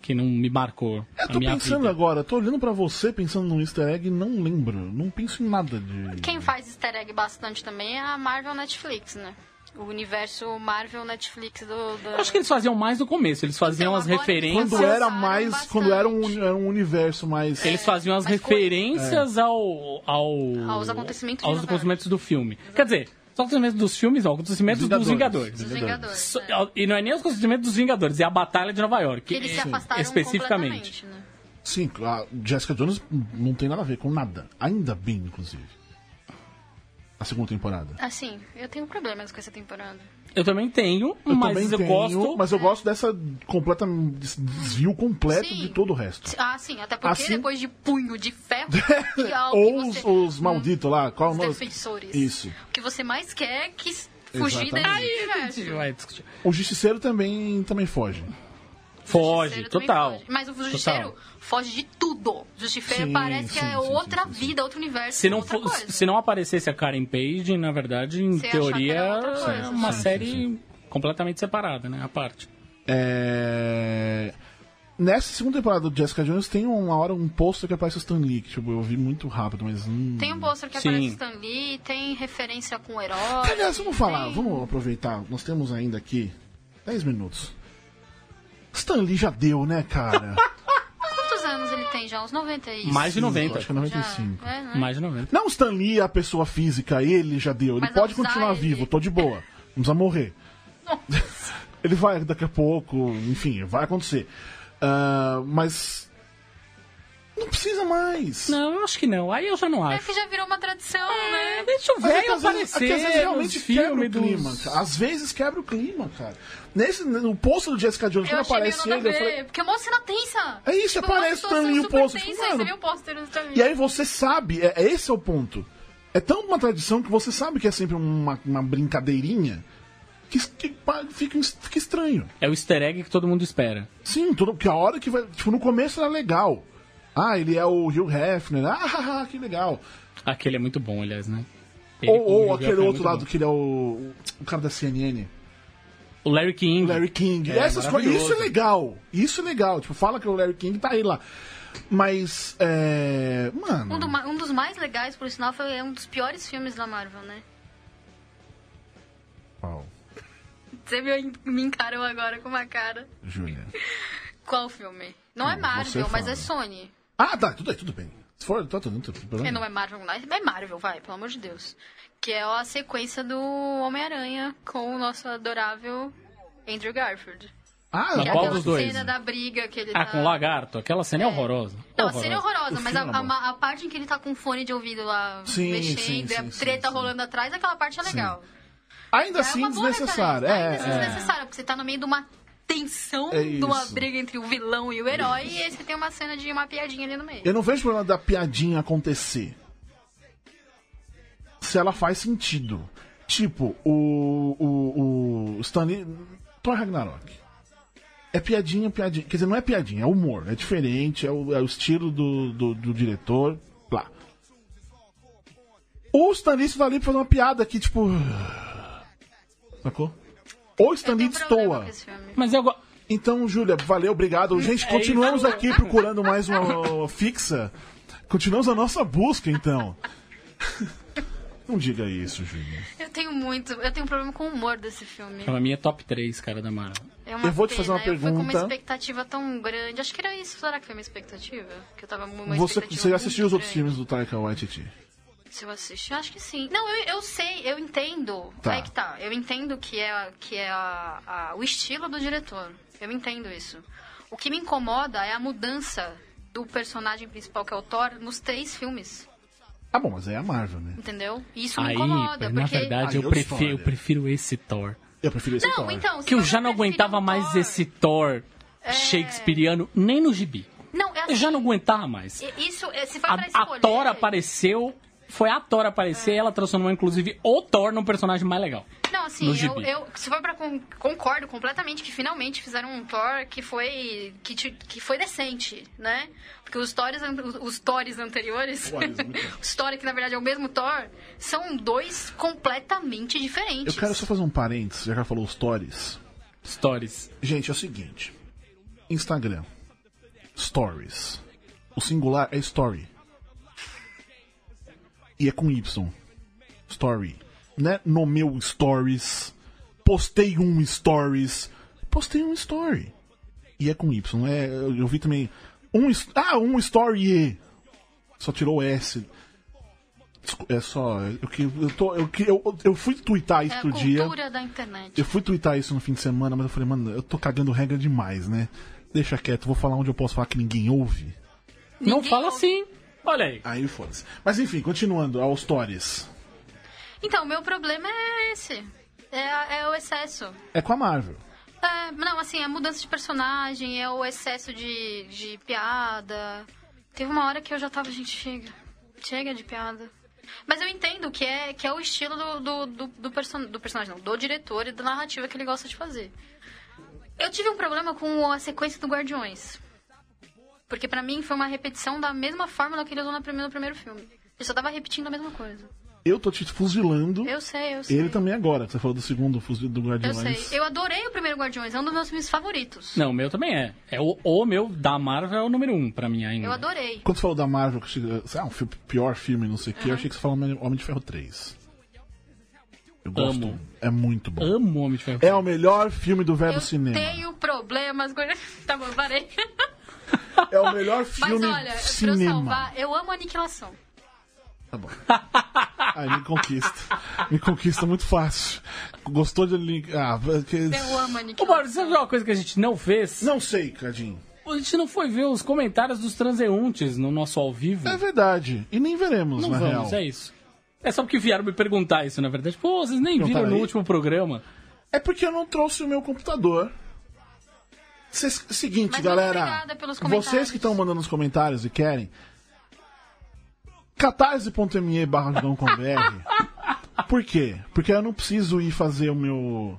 Que não me marcou
Eu
a
tô
minha
pensando
vida.
agora, tô olhando pra você, pensando num easter egg, e não lembro. Não penso em nada de.
Quem faz easter egg bastante também é a Marvel Netflix, né? O universo Marvel Netflix do. do...
Eu Acho que eles faziam mais no começo, eles faziam
Então,
as
agora eles
referências.
Quando
Vocês
era
usaram
mais.
bastante. É,
Quando era um, era um universo mais.
Eles faziam as
mas com-
É.
referências ao, ao.
Aos acontecimentos de
aos
Nova
acontecimentos do filme. Quer dizer, os acontecimentos dos filmes, não, os acontecimentos dos Vingadores.
Dos Vingadores.
So-
né?
E não é nem os acontecimentos dos Vingadores, é a Batalha de Nova York.
Que eles se
é-
afastaram
especificamente.
completamente, né?
Sim, a Jessica Jones não tem nada a ver com nada. Ainda bem, inclusive. A segunda temporada.
Ah, Assim, eu tenho problemas com essa temporada.
Eu também tenho, mas eu gosto.
mas eu gosto dessa completa des- desvio completo
Sim.
de todo o resto.
Ah, sim, até porque
Assim-
depois de punho de
<laughs>
ferro <laughs> e algo que
Ou os,
você- Hum,
os malditos lá, qual é o
os
nome?
defensores.
Isso.
O que você mais quer é que fugir né?
Exatamente. Tá
desse universo.
Tá Vai discutir.
O justiceiro também, também foge.
Justiceiro
Foge,
também
total.
foge. Mas o justiceiro foge de tudo. Justiceiro
Sim,
parece que
sim,
é
sim,
outra
sim, sim.
vida, outro universo.
Se não,
outra
fo-
coisa.
se não aparecesse a Karen Page, na verdade, em
Você ia achar que
teoria,
era outra coisa,
é uma
sim, sim,
série completamente separada, né? A parte.
É... Nessa segunda temporada do Jessica Jones tem uma hora um pôster que aparece o Stan Lee, que tipo, eu vi muito rápido, mas. Hum...
Tem um pôster que
Sim.
aparece Stan Lee, tem referência com o herói.
Aliás, vamos falar,
tem-
vamos aproveitar. Nós temos ainda aqui 10 minutos. Stan Lee já deu, né,
<laughs>
cara?
Quantos anos ele tem já? Uns 90 e
Mais de
Acho
90.
que é 95.
Já, é, né?
Mais de 90.
Não, o Stan Lee, a pessoa física, ele já deu. Ele
Mas
pode
usar
continuar
ele.
vivo, tô de boa. Vamos a morrer. <laughs> ele vai daqui a pouco, enfim, vai acontecer. Ah, mas. Não precisa mais.
Não, eu acho que não. Aí eu já não
É
acho.
que já virou uma tradição, né?
Deixa o
Mas é que
velho
às vezes-
aparecer.
é que às vezes realmente
nos
quebra
filmes
o
dos-
clima. cara. Às vezes quebra o clima, cara. Nesse, no posto do Jessica Jones,
Eu
quando
achei meio
aparece ele,
nada a
eu
ver,
falei.
porque é uma cena tensa.
É isso,
Tipo, uma
aparece
situação
pra mim o
super
pôster,
tensa,
tipo, mano.
Você vê o pôster do Stan Lee.
E aí você sabe, é, é esse é o ponto. É tão uma tradição que você sabe que é sempre uma, uma brincadeirinha que, que pa- fica, es- fica estranho.
É o easter egg que todo mundo espera.
Sim, todo, que a hora que vai. Tipo, no começo era legal. Ah, ele é o Hugh Hefner. Ah, <laughs> haha, que legal.
Aquele é muito bom, aliás, né? Ele
Ou,
com
ou
o Hugh
aquele
Jackman é
outro
muito
lado
bom.
que ele é o, o cara da CNN.
O Larry King.
Larry King.
É,
Essas coisas, isso é
maravilhoso.
legal. Isso é legal. Tipo, fala que o Larry King tá aí lá. Mas, é. Mano.
Um, do ma- um dos mais legais, por sinal, foi um dos piores filmes da Marvel, né?
Qual?
Você me, me encarou agora com uma cara.
Júlia.
Qual filme? Não é
Hum,
Marvel,
você
mas
fala.
é Sony.
Ah, tá, tudo aí, tudo bem. Se for, tá tudo, tudo bem.
É, não é Marvel, não. É Marvel, vai, pelo amor de Deus. Que é a sequência do Homem-Aranha com o nosso adorável Andrew Garfield.
Ah,
Mas
Que
eu
qual
é
gosto.
aquela
dos dois?
cena da briga que ele
Ah,
tá...
com o lagarto. Aquela cena é horrorosa.
Não, a
horrorosa.
cena é horrorosa, mas a,
filme é bom.
a- a parte em que ele tá com o fone de ouvido lá
Sim,
mexendo
sim,
e a
sim, sim,
treta
sim.
rolando atrás, aquela parte é legal.
Ainda
É
assim,
uma boa
desnecessário.
referência. Ainda assim
É, é.
desnecessário, porque você tá no meio de uma tensão,
É
de uma
isso.
briga entre o vilão e o herói, e aí você tem uma cena de uma piadinha ali no meio.
Eu não vejo problema da piadinha acontecer. Se ela faz sentido. Tipo, o. O. o Stanley. Thor Ragnarok. É piadinha, piadinha. Quer dizer, não é piadinha, é humor. É diferente, é o, é o estilo do, do, do diretor. Lá. O Stanley tá ali pra fazer uma piada que, tipo. Sacou? Ou
Eu
Stanley
tenho um
destoa.
problema com esse filme.
Mas eu, go-
Então, Júlia, valeu, obrigado. Gente, continuamos aqui procurando mais uma <laughs> fixa. Continuamos a nossa busca, então. <laughs> Não diga isso, Júlia.
Eu tenho muito, eu tenho um problema com o humor desse filme.
Pra mim é top 3, cara, da Marvel.
É uma
Ah, Eu vou te
pena.
fazer uma
Eu fui com uma
pergunta.
expectativa tão grande. Acho que era isso. Será que foi minha expectativa? Que eu tava com uma
Você,
expectativa
você já assistiu
muito
os outros
grande.
filmes do Taika Waititi?
Se eu assisti, eu acho que sim. Não, eu, eu sei, eu entendo.
Tá.
Aí que tá. Eu entendo que é, que é a- a- o estilo do diretor. Eu entendo isso. O que me incomoda é a mudança do personagem principal, que é o Thor, nos três filmes.
Ah, bom, mas aí é a Marvel, né?
Entendeu? E isso me
Aí,
incomoda,
na
porque...
verdade,
Aí
eu
eu
prefiro,
história.
eu prefiro esse Thor.
Eu prefiro esse
Não,
Thor.
então... se
Que eu
você
já não
prefere
aguentava
o
mais
Thor- É.
esse Thor shakespeariano, nem no gibi.
Não, é assim,
Eu já não aguentava mais.
e- Isso, é, se for pra
A, a
escolher... É.
Thor apareceu. Foi a Thor aparecer, ela transformou inclusive o Thor num personagem mais legal.
Não, assim,
no
eu,
gibi.
eu- se for pra con- concordo completamente que finalmente fizeram um Thor que foi que, ti- que foi decente, né? Porque os Thores, an- os- os Thores anteriores,
Thores,
<laughs>
muito bom.
os Thor que na verdade é o mesmo Thor, são dois completamente
Eu
diferentes.
quero só fazer um parênteses, já que ela falou os Tories.
Stories.
Gente, é o seguinte. Instagram. Stories. O singular é story. E é com Y. Story. Né? No meu stories. Postei um stories. Postei um story. E é com Y. É, eu eu vi também. Um, his- ah, um story. Só tirou o S. Descu- É só. Eu, que- eu, tô, eu, que- eu, eu fui twittar isso
É a
outro dia.
cultura da internet.
Eu fui twittar isso no fim de semana, mas eu falei, mano, eu tô cagando regra demais, né? Deixa quieto, vou falar onde eu posso falar que ninguém ouve.
não
Ninguém
fala
ouve.
assim. Olha aí.
Aí foda-se. Mas enfim, continuando aos stories.
Então, o meu problema é esse. É, a- é o excesso.
É com a Marvel.
É, não, assim, é mudança de personagem, é o excesso de, de piada. Teve uma hora que eu já tava, gente, chega. Chega de piada. Mas eu entendo que é, que é o estilo do, do, do, do person- do personagem, não, do diretor e da narrativa que ele gosta de fazer. Eu tive um problema com a sequência do Guardiões. Porque pra mim foi uma repetição da mesma fórmula que ele usou no primeiro, no primeiro filme. Ele só tava repetindo a mesma coisa.
Eu tô te fuzilando.
Eu sei, eu sei.
Ele também agora, que você falou do segundo fuzil do
Eu
Guardiões.
sei. Eu adorei o primeiro Guardiões, é um dos meus filmes favoritos.
Não, o meu também é. é o, o meu da Marvel é o número um pra mim ainda.
Eu adorei.
Quando você falou da Marvel, que chega- ah, um filme, pior filme, não sei o que, eu achei que você falou Homem de Ferro 3. Eu gosto.
Amo.
É muito bom.
Amo Homem de Ferro.
É o melhor filme do verbo
Eu
cinema.
tenho problemas com <laughs> Tá bom, parei.
É o melhor
<laughs> Mas
filme
olha, pra eu
cinema.
salvar, eu amo Aniquilação.
Tá bom. Aí me conquista. Me conquista muito fácil. Gostou de. Link- Ah, porque...
Eu amo
Ô, Mauro,
Aniquilação.
sabe uma coisa que a gente não fez?
Não sei, Cadinho.
A gente não foi ver os comentários dos transeuntes no nosso ao vivo.
É verdade. E nem veremos,
Não
na
vamos,
real.
é isso. É só porque vieram me perguntar isso, na verdade. Pô, vocês nem
Perguntaram
viram no
aí?
último programa.
É porque eu não trouxe o meu computador. Cês- seguinte,
Mas muito
galera.
obrigada pelos
Vocês
comentários.
que estão mandando os comentários e querem. catarse.me barra Jogão com
<laughs>
BR. Por quê? Porque eu não preciso ir fazer o meu.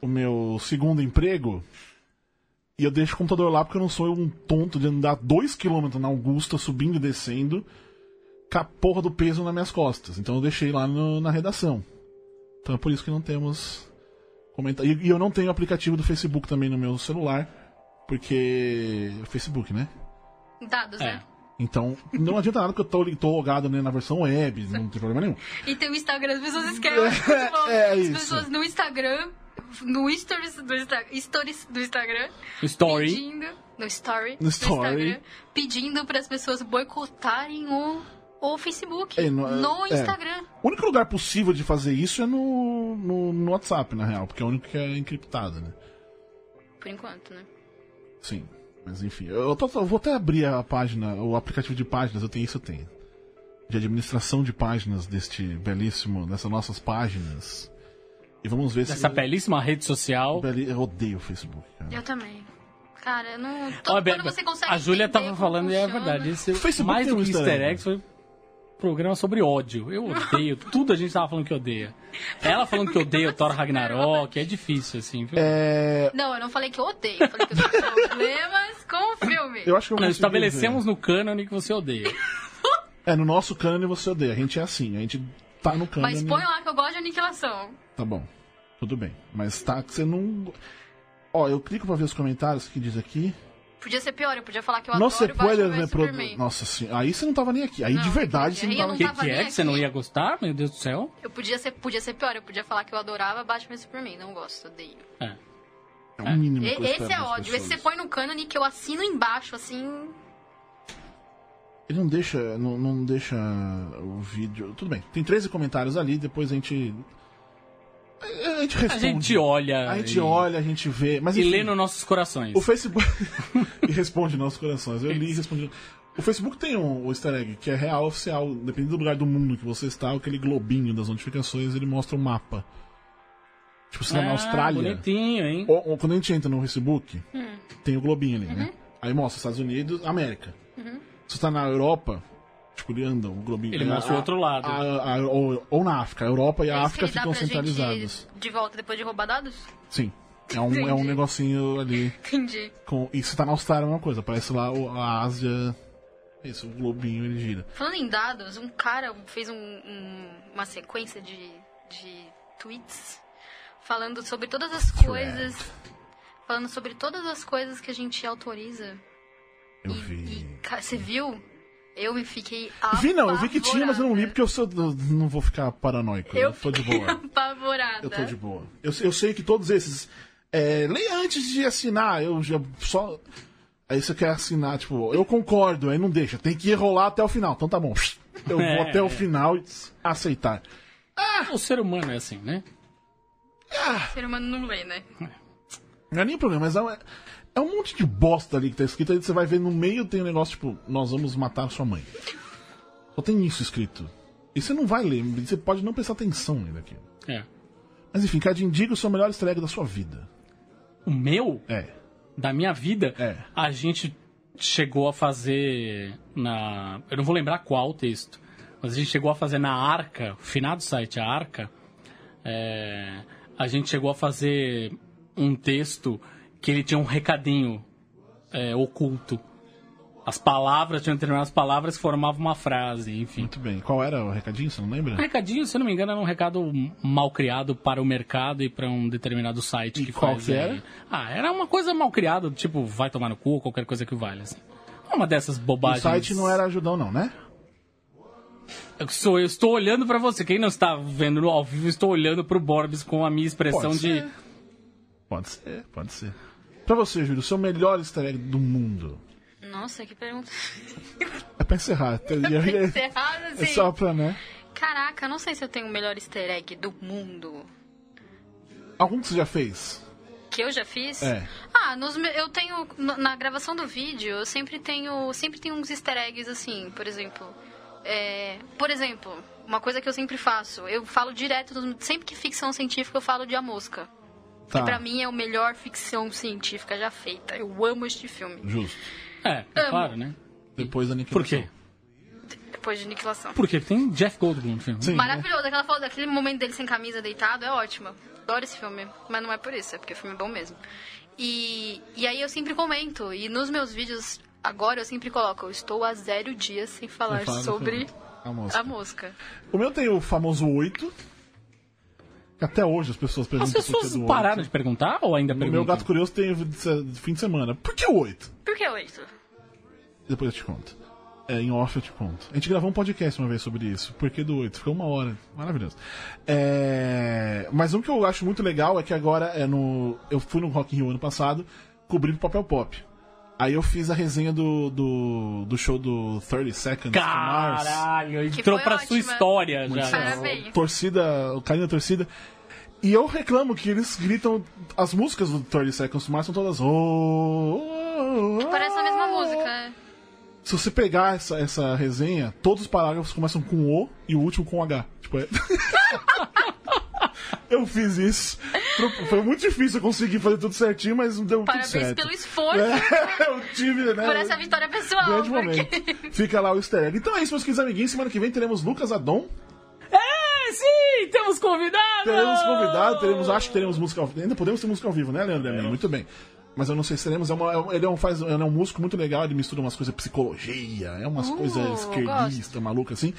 o meu segundo emprego. E eu deixo o computador lá porque eu não sou um tonto de andar 2km na Augusta, subindo e descendo, com a porra do peso nas minhas costas. Então eu deixei lá no- na redação. Então é por isso que não temos comentar. E, e eu não tenho o aplicativo do Facebook também no meu celular, porque. Facebook, né?
Dados,
É.
né?
Então, não adianta nada que eu tô, li- tô logado né, na versão web, não tem problema nenhum.
E tem o Instagram, as pessoas escrevem. muito bom.
É, é
as
isso.
pessoas no Instagram, no stories do, Insta- stories do Instagram,
Story.
pedindo. No story.
No story.
Instagram, pedindo para as pessoas boicotarem o, o Facebook.
É,
no,
é- é.
Instagram.
O único lugar possível de fazer isso é no, no, no WhatsApp, na real, porque é o único que é encriptado, né?
Por enquanto, né?
Sim. Mas enfim, eu, tô- eu vou até abrir a página, o aplicativo de páginas, eu tenho isso, eu tenho. De administração de páginas deste belíssimo, dessas nossas páginas. E vamos ver
Essa
se.
belíssima rede social.
Beli- Eu odeio o Facebook, cara.
Eu também. Cara, eu não. Todo,
Olha,
quando
Be-
você consegue
a Júlia
entender
tava
como
falando e é
funciona.
verdade. Esse,
Facebook
mais
tem
do
um
que
easter
easter
egg.
egg foi um programa sobre ódio.
<laughs>
Eu odeio. tudo a gente tava falando que odeia. Ela falando que
tá
odeia o Thor Ragnarok. É difícil, assim, viu?
É,
Não, eu não falei que eu odeio. Eu falei que eu tenho problemas <laughs> com o filme.
eu acho que eu
Não,
consegui
estabelecemos no cânone que você odeia.
ver. É, no nosso cânone você odeia. A gente é assim, a gente tá no cânone.
Mas põe um- lá que eu gosto de aniquilação.
Tá bom. Tudo bem. Mas tá que você não. Ó, eu clico pra ver os comentários que diz aqui.
Podia ser pior, eu podia falar que eu
Não né, se
adoro
pode
Batman vs
reprodutor.
Superman.
Nossa senhora. Aí você não tava nem aqui. Aí
Não,
de verdade você
aí
não
eu
O
tava
não
aqui.
que,
tava
que é
nem
que você não
aqui.
ia gostar? Meu Deus do céu.
Eu podia ser, podia ser pior, eu podia falar que eu adorava Batman vs Superman. Não gosto, odeio.
É.
É o mínimo.
E-
que eu espero
esse é
das
ódio. Esse você
pessoas.
põe no cânone que eu assino embaixo, assim.
Ele não deixa, não, não deixa o vídeo. Tudo bem. Tem 13 comentários ali, depois a gente. A gente
A
responde.
gente olha.
A gente
e-
olha, a gente vê. Mas
E
enfim.
lê nos nossos corações.
O Facebook. <laughs> e responde nossos corações. Eu li e respondi. O Facebook tem um, um easter egg que é real oficial, dependendo do lugar do mundo que você está, aquele globinho das notificações, ele mostra um mapa. Tipo, se tá na
Ah,
Austrália.
Bonitinho, Hum. hein?
Ou, ou quando a gente entra no Facebook, tem o globinho ali,
Uhum.
né? Aí mostra Estados Unidos, América. Se você tá na Europa, tipo, ele anda, o globinho.
Ele
a-
mostra o outro lado.
a- a- ou, ou na África. A Europa e a
é isso
África
que ele dá
ficam
pra
centralizadas.
gente de volta depois de roubar dados? <laughs>
Sim. É um, é um
Entendi.
negocinho ali.
Entendi.
Com, e se tá na Austrália é uma coisa, parece lá o- a Ásia. Isso, o globinho ele gira.
Falando em dados, um cara fez um- um- uma sequência de, de tweets falando sobre todas as coisas. Falando sobre todas as coisas que a gente autoriza.
Eu
E-
vi.
e, ca- você viu? Eu me fiquei
Vi não, eu vi que tinha, mas eu não li
apavorada.
porque eu, sou, eu não vou ficar paranoico. Eu,
Eu
tô de boa.
<laughs> Apavorada.
Eu tô de boa. Eu, eu sei que todos esses. É, leia antes de assinar, eu já só. Aí você quer assinar, tipo, eu concordo, aí não deixa, tem que rolar até o final. Então tá bom. Eu vou
É,
até o
é.
final e aceitar.
O ser humano é assim, né?
O ser humano não lê, né?
Não é nem o problema, mas é um, é um monte de bosta ali que tá escrito. Aí você vai ver no meio tem um negócio tipo: Nós vamos matar sua mãe. Só tem isso escrito. E você não vai ler, você pode não prestar atenção ainda aqui.
É.
Mas enfim, Cadinho, diga o seu melhor easter egg da sua vida.
O meu,
É.
da minha vida,
É.
a gente chegou a fazer na. Eu não vou lembrar qual o texto, mas a gente chegou a fazer na Arca, o finado site, a Arca. é, a gente chegou a fazer um texto que ele tinha um recadinho é, oculto. As palavras, tinham determinadas palavras que formavam uma frase, enfim.
Muito bem. Qual era o recadinho? Você não lembra?
Um recadinho, se eu não me engano, era um recado mal criado para o mercado e para um determinado site
E
que
qual
faz,
que
é,
era?
Ah, era uma coisa mal criada, tipo, vai tomar no cu, qualquer coisa que valha. Assim. Uma dessas
O
bobagens.
site não era ajudão, não, né?
Eu, sou, eu estou olhando para você. Quem não está vendo no ao vivo, eu estou olhando para o Borbs com a minha expressão
Pode
de.
ser. Pode ser, pode ser. Pra você, Júlio, o seu melhor easter egg do mundo.
Nossa,
<laughs>
que pergunta.
É pra encerrar. tá? E aí
<laughs>
é-
Encerrada,
É
assim.
só pra, né?
Caraca, eu não sei se eu tenho o melhor easter egg do mundo.
Algum que você já fez?
Que eu já fiz?
É.
Ah, nos, me- eu tenho. no- Na gravação do vídeo, eu sempre tenho. Sempre tenho uns easter eggs assim, por exemplo. é, por exemplo, uma coisa que eu sempre faço, eu falo direto, dos- sempre que ficção científica eu falo de A Mosca.
Tá.
Que pra mim é o melhor ficção científica já feita. Eu amo este filme.
Justo.
É, é
Amo.
claro, né?
Depois da Nick
Por quê?
Depois de Aniquilação.
Porque tem Jeff Goldblum no filme.
Sim. né?
Maravilhoso, aquela foto, aquele momento dele sem camisa, deitado, é ótima. Adoro esse filme, mas não é por isso, é porque o filme é bom mesmo. E, e aí eu sempre comento, e nos meus vídeos agora eu sempre coloco, eu estou há zero dias sem
Vamos
falar
falar do
sobre
filme. A mosca.
a mosca.
O meu tem o famoso 8. Que até hoje as pessoas
As
perguntam por
pessoas
que é do 8.
pararam de perguntar ou ainda
O
perguntam?
meu gato curioso tem o fim de semana. Por que o 8?
Por que oito?
Depois eu te conto. É, em off eu te conto. A gente gravou um podcast uma vez sobre isso. Por que do 8? Ficou uma hora. Maravilhoso. É, Mas um que eu acho muito legal é que agora é no. Eu fui no Rock in Rio ano passado, cobri pro papel pop. Aí eu fiz a resenha do, do, do show do 30 Seconds to Mars.
Caralho,
Que
entrou
foi
pra sua
ótima.
história já.
Parabéns.
torcida, o carinho da torcida. E eu reclamo que eles gritam. As músicas do 30 Seconds to Mars são todas. Oh, oh, oh,
Parece a mesma
oh".
música. é.
Se você pegar essa, essa resenha, todos os parágrafos começam com O e o último com H. Tipo, é. <laughs> eu fiz isso. Pro- Foi muito difícil eu conseguir fazer tudo certinho, mas deu
Parabéns
tudo certo.
pelo esforço,
É, <laughs> eu tive, né?
por essa vitória pessoal.
Grande
porque-
momento. Fica lá o easter egg. Então é isso, meus queridos amiguinhos. Semana que vem teremos Lucas Adon.
É, sim, temos convidado!
Teremos convidado, teremos, acho que teremos música ao vivo. Ainda podemos ter música ao vivo, né, Leandro? Lemin? Muito bem. Mas eu não sei se teremos. É uma- é um- ele é um, faz, ele é um músico muito legal, ele mistura umas coisas psicologia, é umas
Uh,
coisas esquerdista,
gosto.
maluca assim.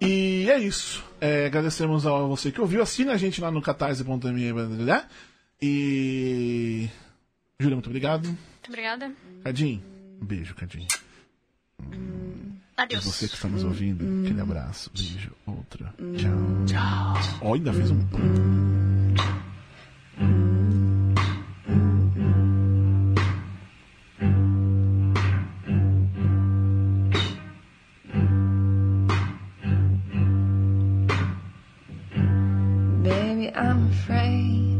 E é isso. É, agradecemos a você que ouviu. Assina a gente lá no catarse.me. né? E. Júlia, muito obrigado.
Muito <laughs> obrigada.
Cadinho, um beijo, Cadinho.
Adeus.
Você que está nos ouvindo, aquele abraço, beijo, outro. Tchau. Tchau. Ó, ainda fez um.
Baby, I'm afraid.